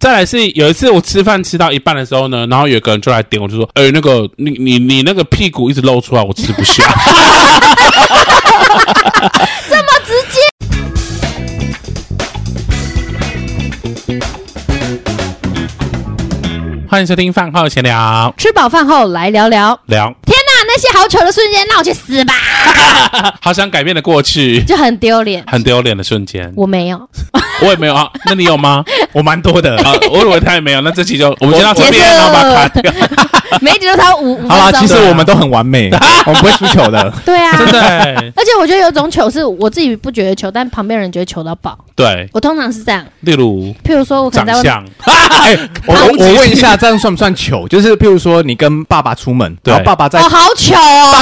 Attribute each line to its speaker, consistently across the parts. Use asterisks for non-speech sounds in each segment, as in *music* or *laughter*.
Speaker 1: 再来是有一次我吃饭吃到一半的时候呢，然后有一个人就来点，我就说，哎、那个你你你那个屁股一直露出来，我吃不下。
Speaker 2: 这么直接。
Speaker 1: *laughs* 欢迎收听饭后闲聊
Speaker 2: 吃饱饭后来聊聊，
Speaker 1: 聊，
Speaker 2: 天哪，那些好糗的瞬间，让我去死吧，
Speaker 1: 好想改变的过去，
Speaker 2: 就很丢脸。
Speaker 1: 很丢脸的瞬间，
Speaker 2: 我没有，
Speaker 1: 我也没有啊，那你有 *laughs* 吗？
Speaker 3: 我蛮多的。
Speaker 1: 啊，我以为他也没有，那这期就我们先到这
Speaker 2: 结
Speaker 1: 边，
Speaker 2: 束
Speaker 1: 然后把它
Speaker 2: *laughs*
Speaker 1: 卡掉。
Speaker 2: 每一集都才五五分
Speaker 3: 好啦，
Speaker 2: 钟
Speaker 3: 其实我们都很完
Speaker 1: *laughs*
Speaker 3: 美，我们不会出糗的。
Speaker 2: 对啊，
Speaker 1: *laughs* 真的欸，
Speaker 2: 而且我觉得有种糗是我自己不觉得糗，但旁边人觉得糗到爆。
Speaker 1: 对，
Speaker 2: 我通常是这样，
Speaker 1: 例如
Speaker 2: 譬如说我可
Speaker 1: 长
Speaker 2: 能在外面，
Speaker 1: 相，
Speaker 3: 哎，我
Speaker 1: 攻
Speaker 3: 我
Speaker 1: 击
Speaker 3: 我问一下，这样算不算糗？就是譬如说，你跟爸爸出门，
Speaker 1: 对
Speaker 3: 然后
Speaker 1: *laughs*
Speaker 3: 爸爸在
Speaker 2: 哦，好糗
Speaker 3: *laughs*
Speaker 2: 哦，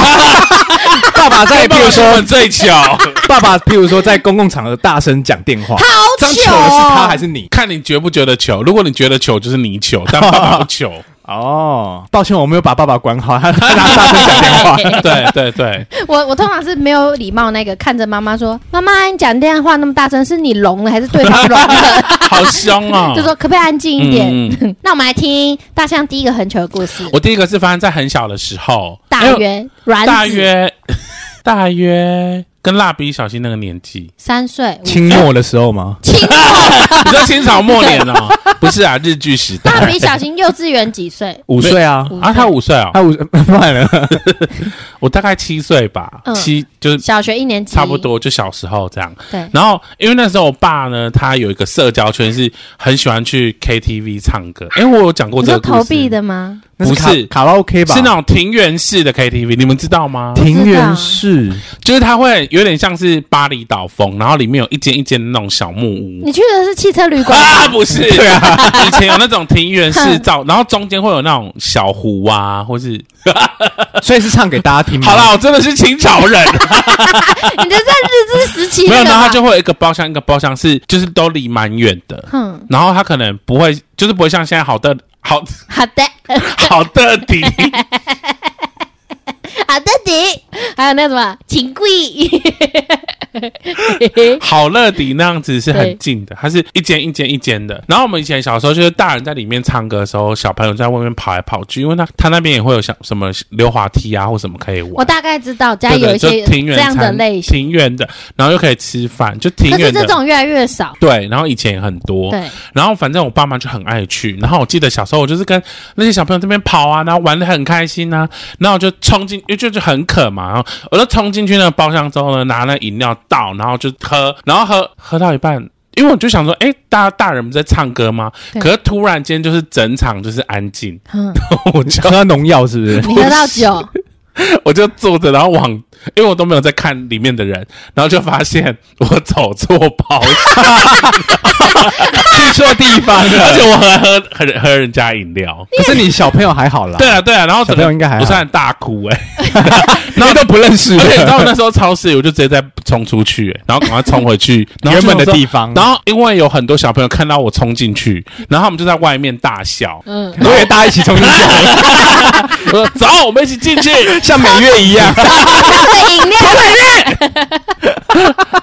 Speaker 3: 爸爸
Speaker 1: 哎
Speaker 3: 在，譬
Speaker 1: *laughs*
Speaker 3: 如
Speaker 1: 我
Speaker 3: 说
Speaker 1: 们最巧，
Speaker 3: 爸爸，譬如说在公共场合大声讲电话，这
Speaker 2: 好
Speaker 3: 样
Speaker 2: 糗
Speaker 3: 糗的是他还
Speaker 2: 哦。
Speaker 3: 是你？
Speaker 1: 看你觉不觉得糗。如果你觉得糗，就是你 *laughs* 糗，但爸爸不糗。
Speaker 3: 哦，抱歉，我没有把爸爸
Speaker 1: *laughs*
Speaker 3: 管好，他他拿大声讲电话。
Speaker 1: 对对对，
Speaker 2: 我我通常是没有礼貌那个，看着妈妈说：“妈妈，你讲电话那么大声，是你聋了还是对方聋了。”
Speaker 1: 好凶哦
Speaker 3: *laughs*
Speaker 2: 就说可不可以安静一点？
Speaker 1: 嗯。嗯
Speaker 2: 那我们来听大象第一个很糗的故事。
Speaker 1: 我第一个是发生在很小的时候，
Speaker 2: 大
Speaker 1: 因为
Speaker 2: 约软
Speaker 1: 大
Speaker 2: 子，
Speaker 1: 约 *laughs* 大约跟蜡笔小新那个年纪
Speaker 2: 三岁，五
Speaker 3: 清末的时候吗？
Speaker 2: 亲
Speaker 1: 你说清朝末年
Speaker 2: *laughs*
Speaker 1: 哦？不是啊，日剧时代
Speaker 2: 蜡笔小新幼稚园几岁？
Speaker 3: 五岁啊，
Speaker 2: 五
Speaker 1: *laughs*
Speaker 2: 岁
Speaker 1: 啊，他五岁哦，
Speaker 3: 他五 *laughs* 乱了。
Speaker 1: 我大概七岁吧，
Speaker 2: 嗯
Speaker 1: 七就是
Speaker 2: 小学一年级，
Speaker 1: 差不。多就小时候这样。
Speaker 2: 对，
Speaker 1: 然后因为那时候我爸呢，他有一个社交圈，是很喜欢去 KTV 唱歌。因为我有讲过
Speaker 2: 你
Speaker 1: 这
Speaker 2: 说
Speaker 1: 个故
Speaker 2: 投
Speaker 1: 事，
Speaker 2: 币的吗？
Speaker 3: 那
Speaker 1: 不
Speaker 3: 卡
Speaker 1: 是
Speaker 3: 卡拉 OK 吧？
Speaker 1: 是那种庭园式的 KTV，你们知道吗？
Speaker 3: 庭园式，
Speaker 1: 就是它会有点像是巴厘岛风，然后里面有一间一间那种小木屋。
Speaker 2: 你去的是汽车旅
Speaker 1: 嗯 *laughs*
Speaker 2: 馆
Speaker 1: 啊，
Speaker 2: 吧？
Speaker 1: 不是，对啊，以前有那种庭园式照，然后中间会有那种小湖啊，或是
Speaker 3: 所以是唱给大家听吗？
Speaker 1: 好啦，我真的是清朝 *laughs* 人，
Speaker 2: 你这在日治时期
Speaker 1: 没有，
Speaker 2: 那个
Speaker 1: 然后它
Speaker 2: 吧？
Speaker 1: 就会有一个包厢，一个包厢是就是都离蛮远的，
Speaker 2: 哼，
Speaker 1: 然后它可能不会，就是不会像现在好的好 *laughs*
Speaker 2: 好的，
Speaker 1: 好的 *laughs* 底，
Speaker 2: 好的迪，还有那什么
Speaker 1: *laughs*
Speaker 2: 秦贵，
Speaker 1: 好乐迪那样子是很近的，它是一间一间一间的。然后我们以前小时候就是大人在里面唱歌的时候，小朋友在外面跑来跑去，因为那他那边也会有像什么溜滑梯啊或什么可以
Speaker 2: 我
Speaker 1: 玩。
Speaker 2: 大概知道，家
Speaker 1: 对
Speaker 2: 有
Speaker 1: 对，
Speaker 2: 一
Speaker 1: 就
Speaker 2: 些
Speaker 1: 庭
Speaker 2: 这
Speaker 1: 园
Speaker 2: 样的
Speaker 1: 餐
Speaker 2: 类型，
Speaker 1: 庭园的，然后又可以吃饭，就庭
Speaker 2: 可是
Speaker 1: 园
Speaker 2: 这
Speaker 1: 的。
Speaker 2: 种越来越少。
Speaker 1: 对，然后以前也很多，
Speaker 2: 对，
Speaker 1: 然后反正我爸妈就很爱去，然后我记得小时候我就是跟那些小朋友这边跑啊，然后玩的很开心啊，然后我就冲进，因为就是很渴嘛，然后我就冲进去那个包厢之后呢，拿那饮料倒，然后就喝，然后喝喝到一半。因为我就想说，哎、大大人不是在唱歌吗？
Speaker 2: 对
Speaker 1: 可是突然间就是整场就是安静，
Speaker 2: 哼，
Speaker 1: 我就
Speaker 3: 喝到农药是不
Speaker 1: *laughs*
Speaker 3: 是？
Speaker 2: 你喝到酒，，
Speaker 1: 我就坐着，然后往，因为我都没有在看里面的人，然后就发现我走错包厢
Speaker 3: 去错地方
Speaker 1: 而
Speaker 3: 了。
Speaker 1: 且我还喝喝喝人家饮料，
Speaker 3: 可是你小朋友还好啦，
Speaker 1: 对啊，对啊，然后整
Speaker 3: 小
Speaker 1: 个
Speaker 3: 朋友应该还
Speaker 1: 我差
Speaker 3: 好，
Speaker 1: 点大哭
Speaker 3: *laughs*
Speaker 1: 哎、
Speaker 3: 因 *laughs* 为都不认识
Speaker 1: 而
Speaker 3: 了，
Speaker 1: 且你知 *laughs* 道我那时候超市，我就直接再冲出去、欸，然后赶快冲回
Speaker 3: *laughs*
Speaker 1: 去然后
Speaker 3: 原
Speaker 1: 就
Speaker 3: 本的
Speaker 1: 想说
Speaker 3: 地方，
Speaker 1: 然后因为有很多小朋友看到我冲进去，然后他们就在外面大笑
Speaker 2: 嗯，
Speaker 3: 我也大家一起冲
Speaker 1: *laughs*
Speaker 3: 进去，
Speaker 1: 我说走，我们一起进去。
Speaker 3: *laughs* 像每月一样。
Speaker 2: 对饮料，
Speaker 1: *laughs*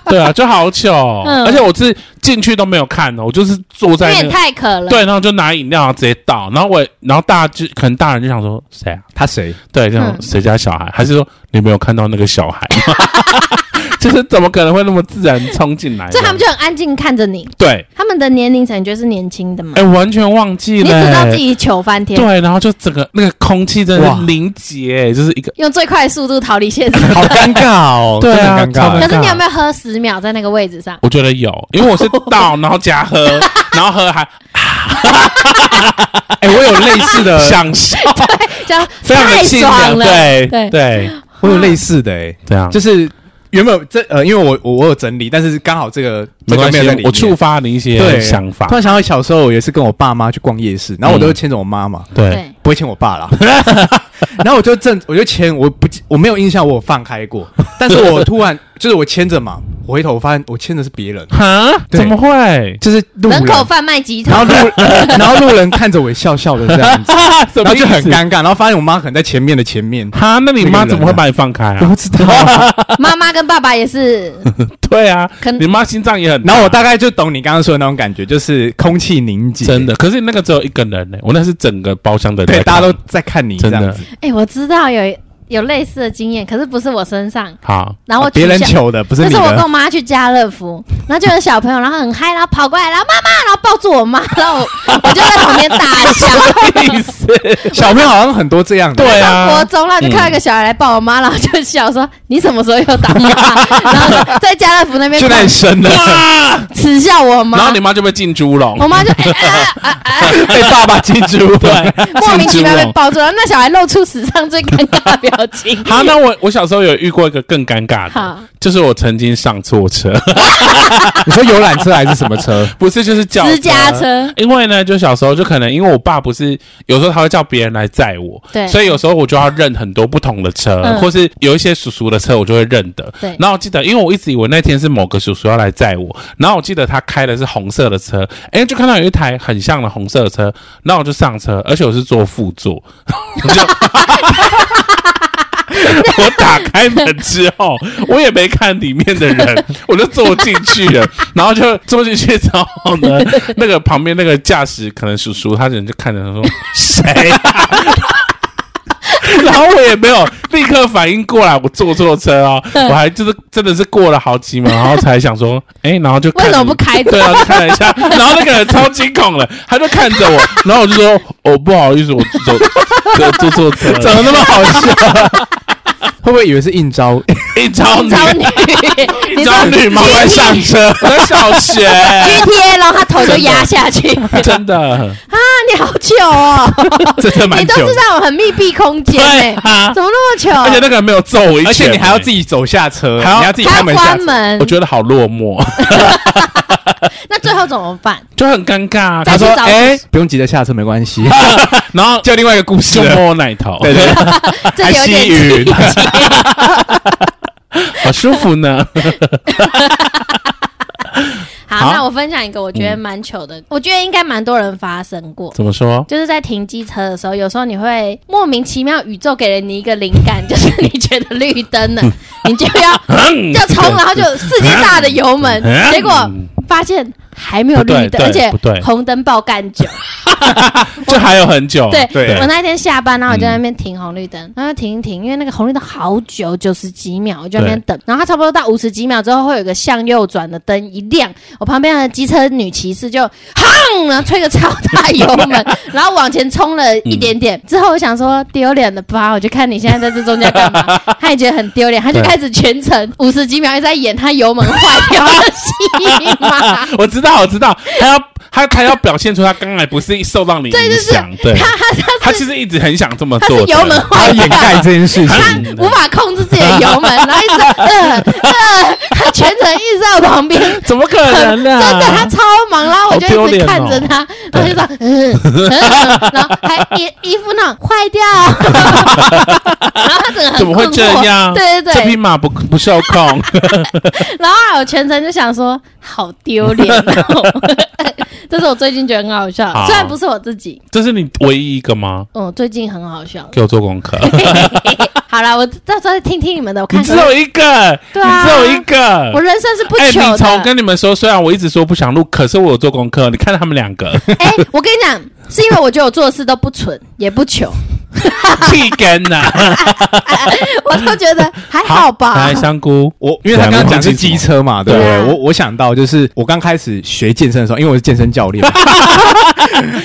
Speaker 1: 对啊，就好糗哦、
Speaker 2: 嗯
Speaker 1: 而且我是进去都没有看哦，我就是坐
Speaker 2: 你
Speaker 1: 在那
Speaker 2: 也
Speaker 1: 个。
Speaker 2: 太渴了。
Speaker 1: 对，然后就拿饮料然后直接倒，然后我，然后大家就可能大人就想说谁啊？
Speaker 3: 他谁？
Speaker 1: 对，这种
Speaker 2: 嗯
Speaker 1: 谁家小孩？还是说你没有看到那个小孩？ *laughs* 就是怎么可能会那么自然冲进来呢？
Speaker 2: 所以他们就很安静看着你。
Speaker 1: 对，
Speaker 2: 他们的年龄层你觉得是年轻的嘛？
Speaker 1: 哎、完全忘记
Speaker 2: 嗯你
Speaker 1: 了、
Speaker 2: 只知道自己糗翻天，
Speaker 1: 对，然后就整个那个空气真的
Speaker 3: 哇
Speaker 1: 是凝结，就是一个
Speaker 2: 用最快的速度逃离现实。
Speaker 3: 好尴尬哦，
Speaker 1: *laughs* 对啊
Speaker 3: 真的很尴
Speaker 1: 超
Speaker 2: 可
Speaker 1: 尴
Speaker 3: 尬。
Speaker 2: 是你有没有喝十秒在那个位置上？
Speaker 1: 我觉得有，因为我是倒然后加
Speaker 2: *laughs*
Speaker 1: 喝，然后喝还
Speaker 3: 哎，我有类
Speaker 2: *laughs*
Speaker 3: 似的，
Speaker 1: 想笑，
Speaker 2: 这样
Speaker 1: 非常的
Speaker 2: 太
Speaker 1: 清
Speaker 2: 爽
Speaker 1: 凉，
Speaker 2: 了。
Speaker 1: 对
Speaker 2: 对
Speaker 1: 对，啊
Speaker 3: 我有类似的，哎，
Speaker 1: 这样
Speaker 3: 就是原本有这呃，因为我我我有整理，但是刚好这个
Speaker 1: 没关
Speaker 3: 这个有在
Speaker 1: 系
Speaker 3: 里，面
Speaker 1: 我触发你一
Speaker 3: 对
Speaker 1: 些想法
Speaker 3: 突，然想到小时候，我也是跟我爸妈去逛夜市，然后我都会牵着我妈嘛，
Speaker 1: 对
Speaker 2: 对，
Speaker 3: 不会牵我爸啦。 *laughs* 然后我就正我就牵，我不记我没有印象我有放开过，但是我突然就是我牵着嘛，我回头发现我牵的是别人，
Speaker 1: 哈，
Speaker 3: 对
Speaker 1: 怎么会？
Speaker 3: 就是路人
Speaker 2: 人，口贩卖集
Speaker 3: *laughs* 然后
Speaker 2: 团，
Speaker 3: 路然后路人看着我笑笑的这样 *laughs* 子，
Speaker 1: 啊什
Speaker 3: 然
Speaker 1: 么
Speaker 3: 后
Speaker 1: 意思
Speaker 3: 就很尴尬，然后发现我妈可能在前面的前面，
Speaker 1: 哈，那你妈怎么会把你放开
Speaker 3: 我
Speaker 1: 啊？
Speaker 3: 不知道啊。
Speaker 2: 妈妈跟爸爸也
Speaker 3: *laughs*
Speaker 2: 是，
Speaker 1: *laughs* 对啊
Speaker 2: 可，能
Speaker 1: 你妈心脏也很大。
Speaker 3: 然后我大概就懂你刚刚说的那种感觉，就是空气凝结，
Speaker 1: 真的，可是那个只有一个人呢，我那是整个包厢的人在
Speaker 3: 对，
Speaker 1: 看，
Speaker 3: 大家都在看你这
Speaker 1: 真
Speaker 3: 样
Speaker 1: 的
Speaker 3: 子，
Speaker 2: 哎，我知道有有类似的经验，可是不是我身上，
Speaker 1: 好。
Speaker 2: 然后我
Speaker 3: 啊别人
Speaker 2: 取消
Speaker 3: 求的，不是
Speaker 2: 那
Speaker 3: 你
Speaker 2: 是我跟我
Speaker 3: 的。
Speaker 2: 妈去家乐福，然后就有小朋友，然后很嗨，然后跑过来，然后妈妈，然后抱住我妈，然后我 *laughs* 我就在旁边大笑。
Speaker 1: 意思？ *laughs*
Speaker 3: 小朋友好像很多这样的，
Speaker 1: 对
Speaker 2: 上
Speaker 1: 啊
Speaker 2: 国，中，然后就看到一个小孩来抱我妈，然后就笑说：“你什么时候又当妈？” *laughs* 然后在家乐福那边
Speaker 3: 就那里生的，
Speaker 1: 哇
Speaker 2: 耻笑我妈，
Speaker 1: 然后你妈就被进猪笼
Speaker 2: 我，妈
Speaker 1: *laughs*
Speaker 2: 就、哎啊啊啊，
Speaker 3: 被爸爸进猪，对，
Speaker 2: 莫名其
Speaker 1: 进猪
Speaker 2: 妙被
Speaker 1: 笼。
Speaker 2: 抱住，然后那小孩露出史上最尴尬的表情
Speaker 1: *laughs* 好，那我我小时候有遇过一个更尴尬的，
Speaker 2: 好，
Speaker 1: 就是我曾经上错车，
Speaker 3: *laughs*
Speaker 1: *laughs*
Speaker 3: 你说游览车还是什么车？
Speaker 1: 不是就是叫呃
Speaker 2: 私家。车，
Speaker 1: 因为呢，就小时候就可能因为我爸不是有时候他会叫别人来载我，
Speaker 2: 对
Speaker 1: 所以有时候我就要认很多不同的车，
Speaker 2: 嗯
Speaker 1: 或是有一些叔叔的车我就会认得。
Speaker 2: 对
Speaker 1: 然后我记得，因为我一直以为那天是某个叔叔要来载我，然后我记得他开的是红色的车，诶，就看到有一台很像的红色的车，然后我就上车，而且我是坐副座， *laughs* 我就。我打开门之后，我也没看里面的人，我就坐进去了，然后就坐进去之后呢，那个旁边那个驾驶可能叔叔，他人就看着他说谁、啊？
Speaker 3: *laughs*
Speaker 1: 然后我也没有立刻反应过来，我坐错车哦，
Speaker 3: 嗯
Speaker 1: 我还就是真的是过了好几秒，然后才想说，哎、然后就看
Speaker 2: 为什么
Speaker 1: 你
Speaker 2: 不开
Speaker 1: 对啊，看了一下，然后那个人超惊恐了，他就看着我，然后我就说，哦，不好意思，我走坐坐错车了，
Speaker 3: 怎么那么好笑？会不会以为是应 *laughs* 招？
Speaker 1: 一招女， *laughs*
Speaker 2: 超女，你
Speaker 1: 一
Speaker 2: 说
Speaker 1: 招女妈妈上车，我在小
Speaker 2: *laughs*
Speaker 1: 学，
Speaker 2: GPA，然后他头就压下去。啊，
Speaker 1: *laughs* 真的，
Speaker 2: 你好糗哦！
Speaker 1: 真的
Speaker 2: 你
Speaker 1: 蛮
Speaker 2: 都
Speaker 1: 久
Speaker 2: 是。让我很密闭空间
Speaker 1: 对
Speaker 2: 哎、
Speaker 1: 啊，
Speaker 2: 怎么那么糗？
Speaker 1: 而且那个人没有揍我一拳，
Speaker 3: 而且你还要自，己走下车，
Speaker 1: 还要
Speaker 3: 你要自己
Speaker 2: 还
Speaker 3: 开
Speaker 2: 要
Speaker 3: 门下
Speaker 2: 关
Speaker 3: 车。
Speaker 2: 门
Speaker 1: 我，觉得好落
Speaker 2: *laughs*
Speaker 1: 寞，
Speaker 2: 那最后怎么办？
Speaker 1: 就很尴尬。
Speaker 2: 再
Speaker 1: 他
Speaker 2: 去
Speaker 1: 说
Speaker 2: 找，
Speaker 3: 哎，不用急着下车，没关系。
Speaker 1: 然后
Speaker 3: 就另外一个故事
Speaker 1: 就
Speaker 3: 了，
Speaker 1: 摸奶头，
Speaker 3: 对对，对
Speaker 2: 这
Speaker 3: 还
Speaker 2: 有
Speaker 3: 吸
Speaker 2: 点
Speaker 3: 云，
Speaker 1: 好舒服
Speaker 2: *laughs*
Speaker 1: 呢。好
Speaker 2: 好。那我分享一个我觉得蛮糗的，我觉得应该蛮多人发生过。
Speaker 1: 怎么说？
Speaker 2: 就是在停机车的时候，有时候你会莫名其妙，宇宙给了你一个灵感， *laughs* 就是你觉得绿灯了，你就
Speaker 1: *laughs*
Speaker 2: 要
Speaker 1: 嗯
Speaker 2: 要冲，然后就世界大的油门，结果发现还没有绿
Speaker 1: 不对
Speaker 2: 灯，
Speaker 1: 对
Speaker 2: 而且
Speaker 1: 不对
Speaker 2: 红灯爆干久。
Speaker 1: 这还有很久，
Speaker 2: 对
Speaker 3: 对
Speaker 2: 我那天下班，然后我就在那边停红绿灯，然后停一停，因为那个红绿灯好久，九十几秒，我就在那边等。然后它差不多到五十几秒之后，会有一个向右转的灯一亮，我旁边的机车女骑士就哼，然后吹个超大油门，然后往前冲了一点点。之后我想说丢脸了吧，我就看你现在在这中间干嘛，她也觉得很丢脸，她就
Speaker 1: 对
Speaker 2: 开始全程五十几秒一直在演她油门坏掉的戏码。
Speaker 1: 我知道，我知道，他要他他要表现出他刚才不是受到你
Speaker 2: 对
Speaker 1: 影
Speaker 2: 就是
Speaker 1: 响，对，
Speaker 2: 她她她
Speaker 1: 他其实一直很想这么
Speaker 2: 她
Speaker 1: 做
Speaker 2: 是
Speaker 1: 的，
Speaker 2: 油门
Speaker 3: 他
Speaker 2: 坏
Speaker 3: 掩
Speaker 2: 掉。
Speaker 3: 盖这件事情。
Speaker 2: 他无法控制自己的油门，然后一
Speaker 1: *laughs*
Speaker 2: 直呃呃，他全程一直在我旁边，
Speaker 1: 怎么可能啊呢、
Speaker 2: *laughs* 真的他超忙，然后我就
Speaker 1: 哦
Speaker 2: 一直看着他，然后就说嗯、呃，然后还衣衣服那种坏
Speaker 1: *laughs*
Speaker 2: 掉，然后他整个很
Speaker 1: 怎么会
Speaker 2: 困惑
Speaker 1: 这样
Speaker 2: 对对
Speaker 1: 这匹
Speaker 2: 对，
Speaker 1: 马不不受控，
Speaker 2: 然后我全程就想说好丢脸
Speaker 1: *laughs*
Speaker 2: 哦，这是我最近觉得很好笑，
Speaker 1: 好
Speaker 2: 虽然不是我自己，
Speaker 1: 这是你唯一一个吗？
Speaker 2: 嗯，最近很
Speaker 1: *laughs*
Speaker 2: 好笑。 *laughs*
Speaker 1: 给我做功课，
Speaker 2: 哎好了，我到时候听听你们的，我
Speaker 1: 你
Speaker 2: 看
Speaker 1: 只
Speaker 2: 看。
Speaker 1: 有一个，
Speaker 2: 对啊
Speaker 1: 你只有一个。
Speaker 2: 我人生是不
Speaker 1: 哎，
Speaker 2: 糗
Speaker 1: 明
Speaker 2: 的。
Speaker 1: 朝，我跟你们说，虽然我一直说不想录，可是我有做功课。你看他们两
Speaker 2: *laughs*
Speaker 1: 个，
Speaker 2: 哎、我跟你讲，是因为我觉得我做的事都不蠢，也不
Speaker 1: *laughs*
Speaker 2: 糗，啊
Speaker 1: 气根
Speaker 2: *laughs*
Speaker 1: 呐，
Speaker 2: 我都觉得还好吧
Speaker 1: 来，。香菇，
Speaker 3: 我因为
Speaker 1: 啊
Speaker 3: 他刚刚讲是机车嘛，对
Speaker 1: 对
Speaker 3: 不对
Speaker 2: 对啊？
Speaker 3: 我我想到就是我刚开始学健身的时候，因为我是健身
Speaker 1: *laughs*
Speaker 3: 教练嘛，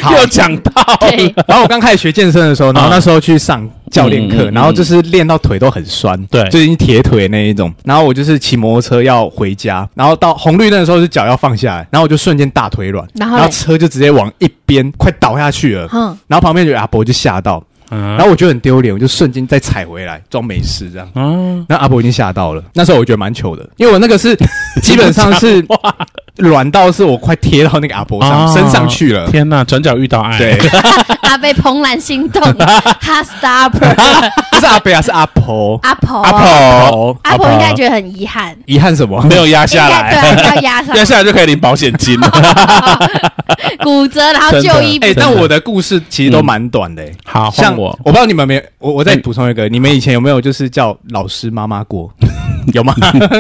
Speaker 3: 好
Speaker 1: 又讲到
Speaker 2: 对，
Speaker 3: 然后我刚开始学健身的时候，然后
Speaker 1: 嗯
Speaker 3: 那时候去上教练课，
Speaker 1: 嗯嗯
Speaker 3: 然后就是练到腿都很酸，
Speaker 1: 对
Speaker 3: 就已经铁腿那一种。然后我就是骑摩托车要回家，然后到红绿灯的时候是脚要放下来，然后我就瞬间大腿软，
Speaker 2: 然后
Speaker 3: 然
Speaker 2: 嘞
Speaker 3: 后车就直接往一边快倒下去了。
Speaker 2: 嗯，
Speaker 3: 然后旁边有阿伯就吓到，
Speaker 1: 嗯
Speaker 3: 然后我觉得很丢脸，我就瞬间再踩回来装没事这样。
Speaker 1: 嗯， *laughs*
Speaker 3: 那阿伯已经吓到了，那时候我觉得蛮糗的，因为我那个是基本上是软到是我快贴到那个阿伯
Speaker 1: 哦
Speaker 3: 上、身上去了。
Speaker 1: 天哪，转角遇到爱，
Speaker 3: 对，，
Speaker 2: 阿啊被怦然
Speaker 1: *laughs*
Speaker 2: 心动 h a stopper，
Speaker 3: 不是阿伯啊，是阿婆。
Speaker 2: 阿婆，
Speaker 1: 阿婆，
Speaker 2: 哦阿婆应该觉得很遗憾，
Speaker 3: 遗憾什么？
Speaker 1: 没有压下
Speaker 2: 应该对啊，
Speaker 1: 来，
Speaker 2: 应该要压上
Speaker 1: *laughs* 压下来就可以领保险金
Speaker 3: *laughs*
Speaker 1: 了。
Speaker 2: 骨折，然后就医不
Speaker 3: 哎、
Speaker 1: 真的嗯
Speaker 3: 但我的故事其实都蛮短的、欸
Speaker 1: 好，哦
Speaker 3: 像
Speaker 1: 换我
Speaker 3: 我不知道你们有没有，我我
Speaker 1: 哎
Speaker 3: 再补充一个，你们以前有没有就是叫老师妈妈
Speaker 1: *laughs*
Speaker 3: 过？有吗？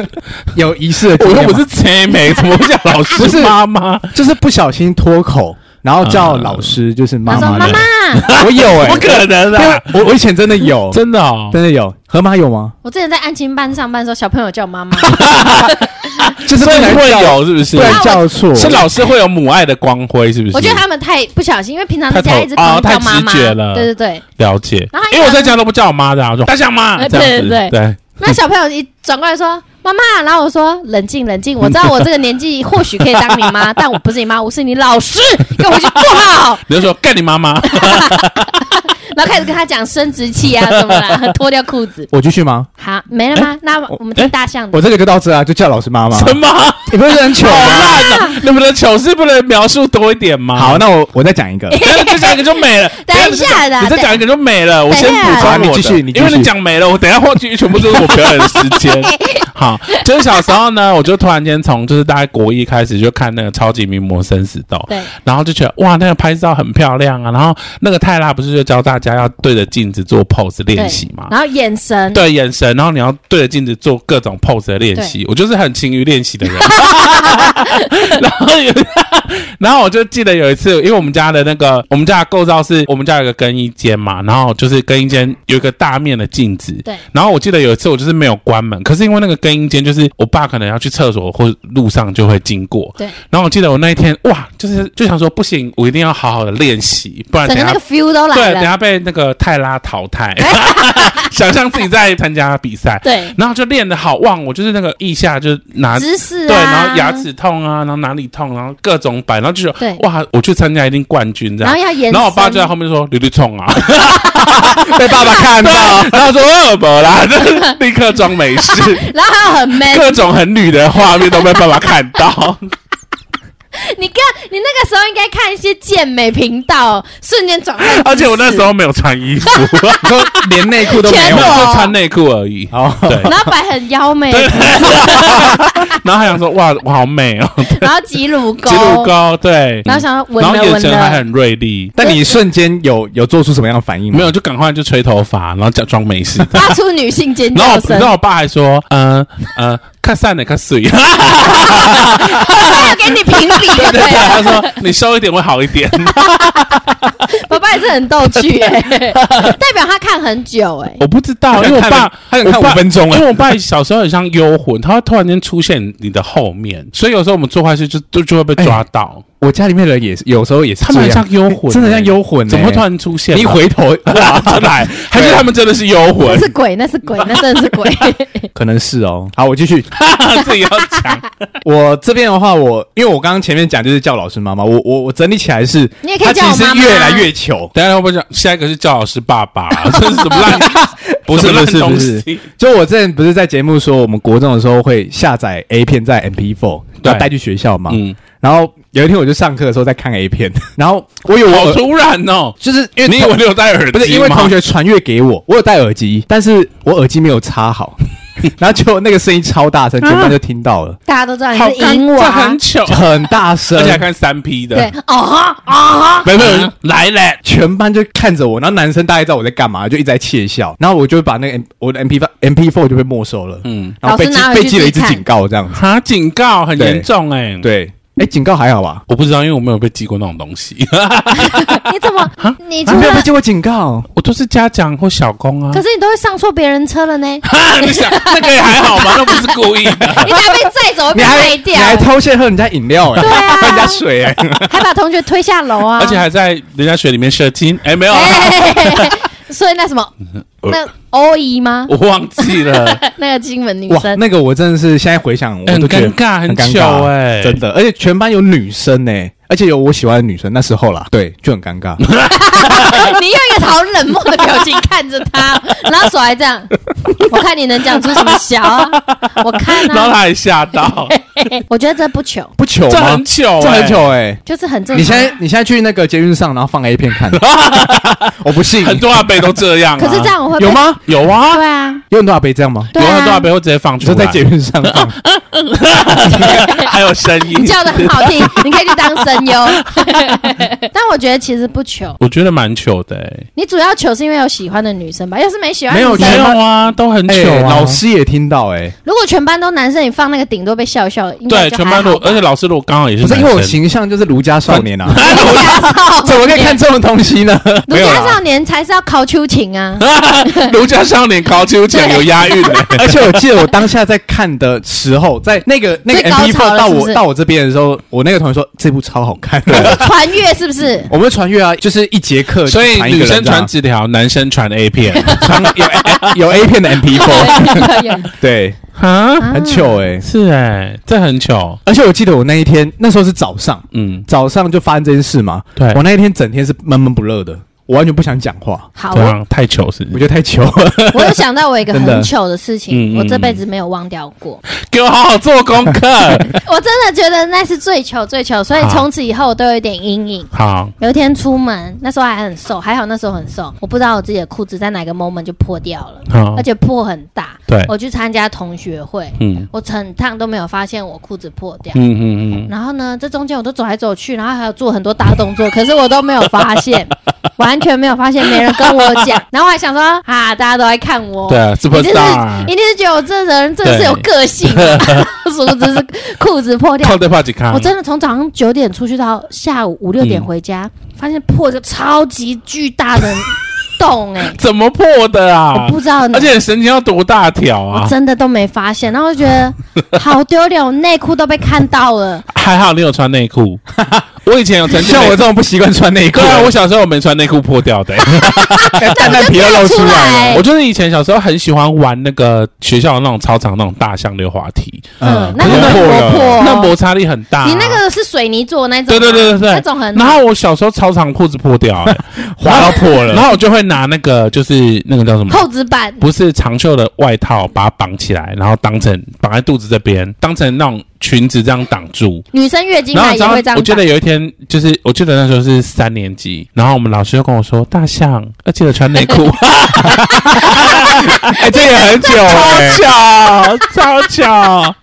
Speaker 3: *laughs* 有仪式的
Speaker 1: 我
Speaker 3: 经
Speaker 1: 说
Speaker 3: 验吗
Speaker 1: 我是姐妹，怎么会叫老
Speaker 3: 不
Speaker 1: 师
Speaker 3: 是
Speaker 1: 妈妈？
Speaker 3: *laughs* 就是不小心脱口，然后叫
Speaker 1: 嗯
Speaker 3: 老师就是妈
Speaker 2: 他说妈
Speaker 3: 妈的。
Speaker 2: 妈，
Speaker 3: *laughs* 我有哎、
Speaker 1: 不可能
Speaker 3: 因
Speaker 1: 啊
Speaker 3: 为！我我以前真的有，
Speaker 1: 真的哦，
Speaker 3: 真的有。河马有吗？
Speaker 2: 我之前在安亲班上班的时候，小朋友叫我妈妈，
Speaker 3: 就是不
Speaker 1: 所以
Speaker 3: 能
Speaker 1: 会
Speaker 3: 叫，
Speaker 1: 有是不是
Speaker 3: 不？能叫错。
Speaker 1: 是老师会有母爱的光辉，是不是？
Speaker 2: 我觉得他们太不小心，因为平常在家
Speaker 1: 太头
Speaker 2: 一直狂
Speaker 1: 哦太
Speaker 2: 叫妈妈，
Speaker 1: 直觉了
Speaker 2: 对对对。
Speaker 1: 了解
Speaker 2: 然后，他
Speaker 1: 因为我在家都不叫我妈的啊，我说大象妈，
Speaker 2: 哎
Speaker 1: 这样子，
Speaker 2: 对对
Speaker 1: 对，
Speaker 2: 那小朋友一转过来说：“妈妈。”然后我说：“冷静，冷静，我知道我这个年
Speaker 1: *laughs*
Speaker 2: 纪或许可以当你妈， *laughs* 但我不是你妈，我是你老师，给我回去坐好。
Speaker 1: 你就说干你妈
Speaker 2: *laughs*
Speaker 1: 妈，”
Speaker 2: 然后开始跟他讲生殖器
Speaker 1: *laughs*
Speaker 2: 啊什么的，脱掉裤子。
Speaker 3: 我继续吗？
Speaker 2: 好，没了
Speaker 1: 哎
Speaker 2: 吗？那我们听大象的
Speaker 3: 我。这个就到这啊，就叫老师妈妈。
Speaker 1: 什么？好
Speaker 3: 你不是很糗吗？
Speaker 1: 烂啊！你们的糗事不能描述多一点吗？
Speaker 3: *laughs* 好，，那我我再讲一个。
Speaker 1: *laughs* 再讲一个就没了。
Speaker 2: *laughs* 等一下啦
Speaker 1: 你再讲一个就没了。我
Speaker 2: 等一下
Speaker 1: 先补充我的
Speaker 3: 好你继续你继
Speaker 1: 因
Speaker 3: 续
Speaker 1: 为你讲没了，我等一下话剧全部都是我表演的时
Speaker 2: *laughs*
Speaker 1: 间。好，就是小时候呢，我就突然间从就是大概国一开始就看那个《超级名模生死斗》，
Speaker 2: 对，
Speaker 1: 然后就觉得哇，那个拍照很漂亮啊。然后那个泰拉不是就教大家要对着镜子做 pose 练习吗？
Speaker 2: 然后眼神，
Speaker 1: 对眼神，然后你要对着镜子做各种 pose 的练习。我就是很勤于练习的人。 *laughs* 然后有， *laughs* 然后我就记得有一次，因为我们家的那个我们家的构造是我们家有一个更衣间嘛，然后就是更衣间有一个大面的镜子。
Speaker 2: 对
Speaker 1: 然后我记得有一次我就是没有关门，可是因为那个更衣间就是我爸可能要去厕所或路上就会经过。
Speaker 2: 对，
Speaker 1: 然后我记得我那一天哇，就是就想说不行，我一定要好好的练习，不然
Speaker 2: 整
Speaker 1: 等
Speaker 2: 个
Speaker 1: 一下
Speaker 2: 那个 feel 都
Speaker 1: 对，
Speaker 2: 来
Speaker 1: 等
Speaker 2: 了。
Speaker 1: 下被那个泰拉淘
Speaker 2: *laughs*
Speaker 1: 汰，想象自己在参加比赛，
Speaker 2: 对，
Speaker 1: 然后就练得好旺，我就是那个腋下就是拿。
Speaker 2: 姿势啊，
Speaker 1: 对，然后牙，齿痛啊，然后哪里痛，然后各种摆，然后就觉
Speaker 2: 对
Speaker 1: 得哇，我去参加一定冠军这
Speaker 2: 然
Speaker 1: 样
Speaker 2: 后。要眼神，
Speaker 1: 然后我爸就在后面说：“你去冲
Speaker 2: *laughs*
Speaker 1: 啊
Speaker 3: 被爸爸看！”到，
Speaker 1: 然后说：“呃，不啦， *laughs* 就是立刻装没
Speaker 2: *laughs*
Speaker 1: 事。
Speaker 2: 然后还要很” man。
Speaker 1: 各种很女的画面都被爸爸看到。
Speaker 2: 你看，你那个时候应该看一些健美频道，瞬间转换。
Speaker 1: *laughs* 而且我那时候没有穿衣服，
Speaker 3: 你说连内裤都没
Speaker 1: *laughs* 没
Speaker 3: 有哦
Speaker 1: 有，
Speaker 2: 全。裸
Speaker 1: 就穿内裤而已。
Speaker 3: 好，
Speaker 1: 对，
Speaker 2: 然后摆很妖美，
Speaker 1: 对 *laughs* 然后还想说：“哇，我好美哦，
Speaker 2: 然后挤乳沟，
Speaker 1: 吉鲁高。”对，
Speaker 2: 然后想要闻
Speaker 1: 然后
Speaker 2: 了
Speaker 1: 眼
Speaker 2: 闻
Speaker 1: 神还
Speaker 2: 了，
Speaker 1: 很锐利，
Speaker 3: *laughs* 但你瞬间有有做出什么样的反应吗？
Speaker 1: 没有就赶快就吹头发，然后假装没事。
Speaker 2: 发出女性尖
Speaker 1: 然后
Speaker 2: 叫
Speaker 1: 我，
Speaker 2: 声
Speaker 1: 然。后我爸还说，呃呃，看散了，看水。
Speaker 2: 他要给你评比，
Speaker 1: 对对
Speaker 2: 对
Speaker 1: 对，
Speaker 2: 啊
Speaker 1: 他说你收一点会好一点。
Speaker 2: 爸爸也是很逗趣，哎，代表他看很久，哎，
Speaker 1: 我不知道，因为我爸，
Speaker 3: 他想看
Speaker 1: 我爸
Speaker 3: 五分钟
Speaker 1: 因
Speaker 3: 哎，
Speaker 1: 为我爸小时候很像幽魂，他会突然间出现你的后面，所以有时候我们做坏事就就就会被抓到。
Speaker 3: 我家里面人也是，有时候也是
Speaker 1: 他们很
Speaker 3: 这样
Speaker 1: 像幽魂，
Speaker 3: 真的像幽魂欸，
Speaker 1: 怎么会突然出现？啊
Speaker 3: 你
Speaker 1: *laughs*
Speaker 3: 一回头哇，
Speaker 1: 哇来，还是他们真的是幽 *laughs*
Speaker 2: 那
Speaker 1: 魂？
Speaker 2: 是鬼，那是鬼，那真的是鬼。
Speaker 3: 可能是哦。好，我继续。
Speaker 1: 自己要讲。
Speaker 3: 我这边的话，我因为我刚刚前面讲就是叫老师妈妈，我我我整理起来是，
Speaker 2: 你也可
Speaker 3: 他
Speaker 2: 以
Speaker 3: 其
Speaker 2: 叫我
Speaker 3: 实
Speaker 2: 妈啊妈。
Speaker 3: 越来越糗。
Speaker 1: 等一下会不会讲下一个是叫老师爸爸？啊 *laughs* 这是什么烂？
Speaker 3: 不是
Speaker 1: 什么烂
Speaker 3: 不是
Speaker 1: 东
Speaker 3: 不是
Speaker 1: 西
Speaker 3: 就我之前不是在节目说，我们国中的时候会下载 A 片在 MP4，
Speaker 1: 对
Speaker 3: 要带去学校嘛。
Speaker 1: 嗯，
Speaker 3: 然后有一天我就上课的时候在看 A 片，然后我有
Speaker 1: 好
Speaker 3: 我
Speaker 1: 突然哦！
Speaker 3: 就是因为
Speaker 1: 你以
Speaker 3: 同
Speaker 1: 为你有戴耳机
Speaker 3: 不是因为
Speaker 1: 吗
Speaker 3: 同学传阅给我，我有戴耳机，但是我耳机没有
Speaker 1: *laughs*
Speaker 3: 插好，然后就那个声音超大
Speaker 1: 啊
Speaker 3: 声，全班就听到了，
Speaker 2: 大家都知道你
Speaker 1: 好
Speaker 2: 是
Speaker 1: 尴
Speaker 2: 银
Speaker 1: 尬，
Speaker 2: 娃
Speaker 1: 很，糗，
Speaker 3: 很大声
Speaker 1: 而，且还啊看三 P
Speaker 2: 啊对
Speaker 1: 的，，
Speaker 2: 哦 *laughs* 哈哦哈，
Speaker 1: 没有没有来嘞，
Speaker 3: 全班就看着我，然后男生大概知道我在干嘛，就一直在窃笑，然后我就把那个 M, 我的 MP 八 MP four 就被没收了，
Speaker 1: 嗯，
Speaker 3: 然后被记
Speaker 2: 老师拿回去
Speaker 3: 被记了一
Speaker 2: 自己
Speaker 3: 次
Speaker 2: 看
Speaker 3: 警告，这样子。
Speaker 1: 哈，警告很严重哎，，
Speaker 3: 对，哎，警告还好吧？
Speaker 1: 我不知道，因为我没有被记过那种东西，
Speaker 2: 你怎么？你
Speaker 3: 啊你
Speaker 2: 除
Speaker 3: 没有
Speaker 2: 了
Speaker 3: 被记过警告，
Speaker 1: *laughs* 我都是家长或小工啊
Speaker 2: 可。是你都会上错别人车了呢，你
Speaker 1: *laughs* 哈，你想那个也还好吧，那不是故意
Speaker 2: *laughs*
Speaker 1: 的，
Speaker 2: 还被载走， *laughs* 被
Speaker 3: 你还
Speaker 2: 卖
Speaker 3: 你
Speaker 2: 掉，
Speaker 3: 还偷窃喝人家饮料哎、
Speaker 2: 对
Speaker 3: *laughs*
Speaker 2: 啊
Speaker 3: 喝人家水
Speaker 2: *laughs*
Speaker 3: 哎、
Speaker 2: 还把同学推下楼啊，
Speaker 1: 而且还在人家学里面射精，哎，没有啊，
Speaker 2: 哎。 *laughs* 所以那什么，
Speaker 1: 呃
Speaker 2: 那欧姨吗？
Speaker 1: *laughs* 我忘记
Speaker 2: *laughs*
Speaker 1: 了，
Speaker 2: 那个金门女
Speaker 3: 哇，
Speaker 2: 生，
Speaker 3: 那个我真的是现在回想我
Speaker 1: 很
Speaker 3: 都觉得
Speaker 1: 尴尬，
Speaker 3: 很
Speaker 1: 很
Speaker 3: 尴
Speaker 1: 糗
Speaker 3: 尬
Speaker 1: 哎，
Speaker 3: 真的，而且全班有女生哎、而且有我喜欢的女生，那时候啦，对，就很尴尬。
Speaker 2: *laughs* 你用一个好冷漠的表情看着他，然后手还这样，我看你能讲出什么小啊？我看
Speaker 1: 然后他
Speaker 2: 啊，
Speaker 1: 还吓到，
Speaker 2: 我觉得这不糗，
Speaker 3: 不糗
Speaker 1: 这
Speaker 3: 吗
Speaker 1: 很？糗、欸，
Speaker 3: 这很糗哎！
Speaker 2: 就是很正常。
Speaker 3: 你现在你现在去那个捷运上，然后放 A 片
Speaker 1: *laughs*
Speaker 3: 看，我不信。
Speaker 1: 很多阿伯都这样、啊。
Speaker 2: 可是这样我会被
Speaker 3: 有？吗？
Speaker 1: 有啊，
Speaker 2: 对啊，
Speaker 3: 有很多阿伯这样吗？
Speaker 2: 对
Speaker 1: 有很多阿
Speaker 2: 啊，
Speaker 1: 伯会直接放
Speaker 3: 你
Speaker 1: 出
Speaker 3: 说
Speaker 1: 来，
Speaker 3: 在捷
Speaker 2: *laughs*
Speaker 3: 运
Speaker 1: *laughs*
Speaker 3: 上放，
Speaker 1: 还有声音
Speaker 2: 你。叫的很好听，你可以去当声优。 *laughs* 但我觉得其实不糗，
Speaker 1: 我觉得蛮糗的、欸，
Speaker 2: 你主要糗是因为有喜欢的女生吧？要是没喜欢
Speaker 3: 没有
Speaker 2: 女
Speaker 3: 对
Speaker 1: 没
Speaker 2: 生，
Speaker 1: 有啊，都很糗
Speaker 3: 哎，
Speaker 1: 啊。
Speaker 3: 老师也听到哎，
Speaker 2: 如果全班都男生，你放那个顶多被笑笑。应该
Speaker 1: 对
Speaker 2: 就
Speaker 1: 全
Speaker 2: 还
Speaker 1: 班
Speaker 2: 好
Speaker 1: 都，
Speaker 2: 吧
Speaker 1: 而且老师如果刚好也是
Speaker 3: 不是因为我
Speaker 1: 男生
Speaker 3: 形象就是儒家少
Speaker 2: *laughs*
Speaker 3: 年啊，
Speaker 2: 儒家少年
Speaker 3: 怎么可以哎看这种东西呢？
Speaker 2: 哦儒
Speaker 1: 没有啦
Speaker 2: 家少年才是要考秋情啊！
Speaker 1: *laughs* 儒家少年高秋讲有押韵的、
Speaker 3: *laughs* 而且我记得我当下在看的时候，在那个那个
Speaker 2: 最高
Speaker 3: MP
Speaker 2: 潮了
Speaker 3: four 到
Speaker 2: 是不
Speaker 3: 我
Speaker 2: 是
Speaker 3: 到我这边的时候，我那个同学说这部超好看，
Speaker 2: 穿越是
Speaker 1: *laughs*
Speaker 2: 不是？
Speaker 3: 我们穿越啊，就是一节课，
Speaker 1: *laughs* 所以女生传
Speaker 3: 传
Speaker 1: 纸条，男生传 A 片
Speaker 3: 传有 A- 有 A *laughs* 片的 MP four，对，
Speaker 1: *laughs* 啊，
Speaker 2: 啊
Speaker 3: 很糗哎。
Speaker 1: 是哎、这很糗。
Speaker 3: 而且我记得我那一天那时候是早上，
Speaker 1: 嗯，
Speaker 3: 早上就发生这件事嘛，
Speaker 1: 对
Speaker 3: 我那一天整天是闷闷不乐的，我完全不想讲话，
Speaker 2: 好，
Speaker 1: 这
Speaker 2: 我
Speaker 1: 样啊太糗是不是
Speaker 3: 我觉得太糗 *laughs* 了。
Speaker 2: 我有想到我一个
Speaker 3: 真的
Speaker 2: 很糗的事情，
Speaker 1: 嗯嗯
Speaker 2: 我这辈子没有忘掉过。
Speaker 1: 给我好好做功课。
Speaker 2: 我真的觉得那是最糗最糗，所以
Speaker 1: 好
Speaker 2: 从此以后我都有一点阴
Speaker 1: *laughs*
Speaker 2: 影。
Speaker 1: 好，
Speaker 2: 有一天出门，那时候还很瘦，还好那时候很瘦，我不知道我自己的裤子在哪个 moment 就破掉了，
Speaker 1: 好
Speaker 2: 而，且破很大。
Speaker 1: 哦对
Speaker 2: 我去参加同学会，
Speaker 1: 嗯
Speaker 2: 我整趟都没有发现我裤子破掉。
Speaker 1: 嗯嗯嗯，
Speaker 2: 然后呢，这中间我都走来走去，然后还有做很多大动作，可是我都没有发
Speaker 1: *laughs*
Speaker 2: 现，完全没有发现，没人跟我讲。然后我还想说啊，大家都在看我，
Speaker 1: 对啊
Speaker 2: 一定是
Speaker 1: ，Superstar，
Speaker 2: 一定是觉得我这人真的是有个性
Speaker 1: *laughs*
Speaker 2: 啊，殊不知是裤子破掉
Speaker 1: 靠。对怕几看啊
Speaker 2: 我，真的从早上九点出去到下午五六
Speaker 1: 嗯
Speaker 2: 点回家，发现破一个超级巨大的洞、欸，
Speaker 1: 怎么破的 *laughs* 啊
Speaker 2: 我？不知道哪
Speaker 1: 而且你神经要多大条
Speaker 2: 我
Speaker 1: 啊？
Speaker 2: 真的都没发现，然后就觉得好丢脸，我内裤都被看到了。
Speaker 1: 还好你有穿内
Speaker 2: *laughs*
Speaker 1: 裤，我以前有曾经
Speaker 3: 像我
Speaker 1: 没
Speaker 3: 这种不习惯穿内裤
Speaker 1: 对，啊，我小时候我没穿内裤破掉的、
Speaker 2: *laughs*
Speaker 3: 蛋蛋皮都露出来了
Speaker 1: 啊我，就是以前小时候很喜欢玩那个学校的那种操场那种大象溜滑梯，
Speaker 2: 嗯，那
Speaker 1: 可
Speaker 2: 个
Speaker 1: 是
Speaker 2: 很
Speaker 1: 破
Speaker 2: 活
Speaker 3: 了
Speaker 2: 泼哦，
Speaker 1: 那摩擦力很大、
Speaker 2: 你那个是水泥做的那种吗，
Speaker 1: 啊对对对对对
Speaker 2: 那种很。
Speaker 1: 然后我小时候操场裤子破掉、
Speaker 2: *laughs*
Speaker 1: 欸，
Speaker 3: 滑到破
Speaker 1: 然
Speaker 3: 了，
Speaker 1: 后我就会拿那个就是那个叫什么？
Speaker 2: 厚纸板，
Speaker 1: 不是长袖的外套，把它绑起来，然后当成绑在肚子这边，当成那种裙子这样挡住。
Speaker 2: 女生月经
Speaker 1: 然后
Speaker 2: 来
Speaker 1: 你知
Speaker 2: 也会这
Speaker 1: 道，
Speaker 2: 样
Speaker 1: 我记
Speaker 2: 吧
Speaker 1: 得。有一天，就是我记得那时候是三年级，然后我们老师就跟我说：“大象要记得穿内 *laughs* 裤。”
Speaker 3: 哎，这也很久哎
Speaker 1: 超。巧，超巧！
Speaker 2: *laughs*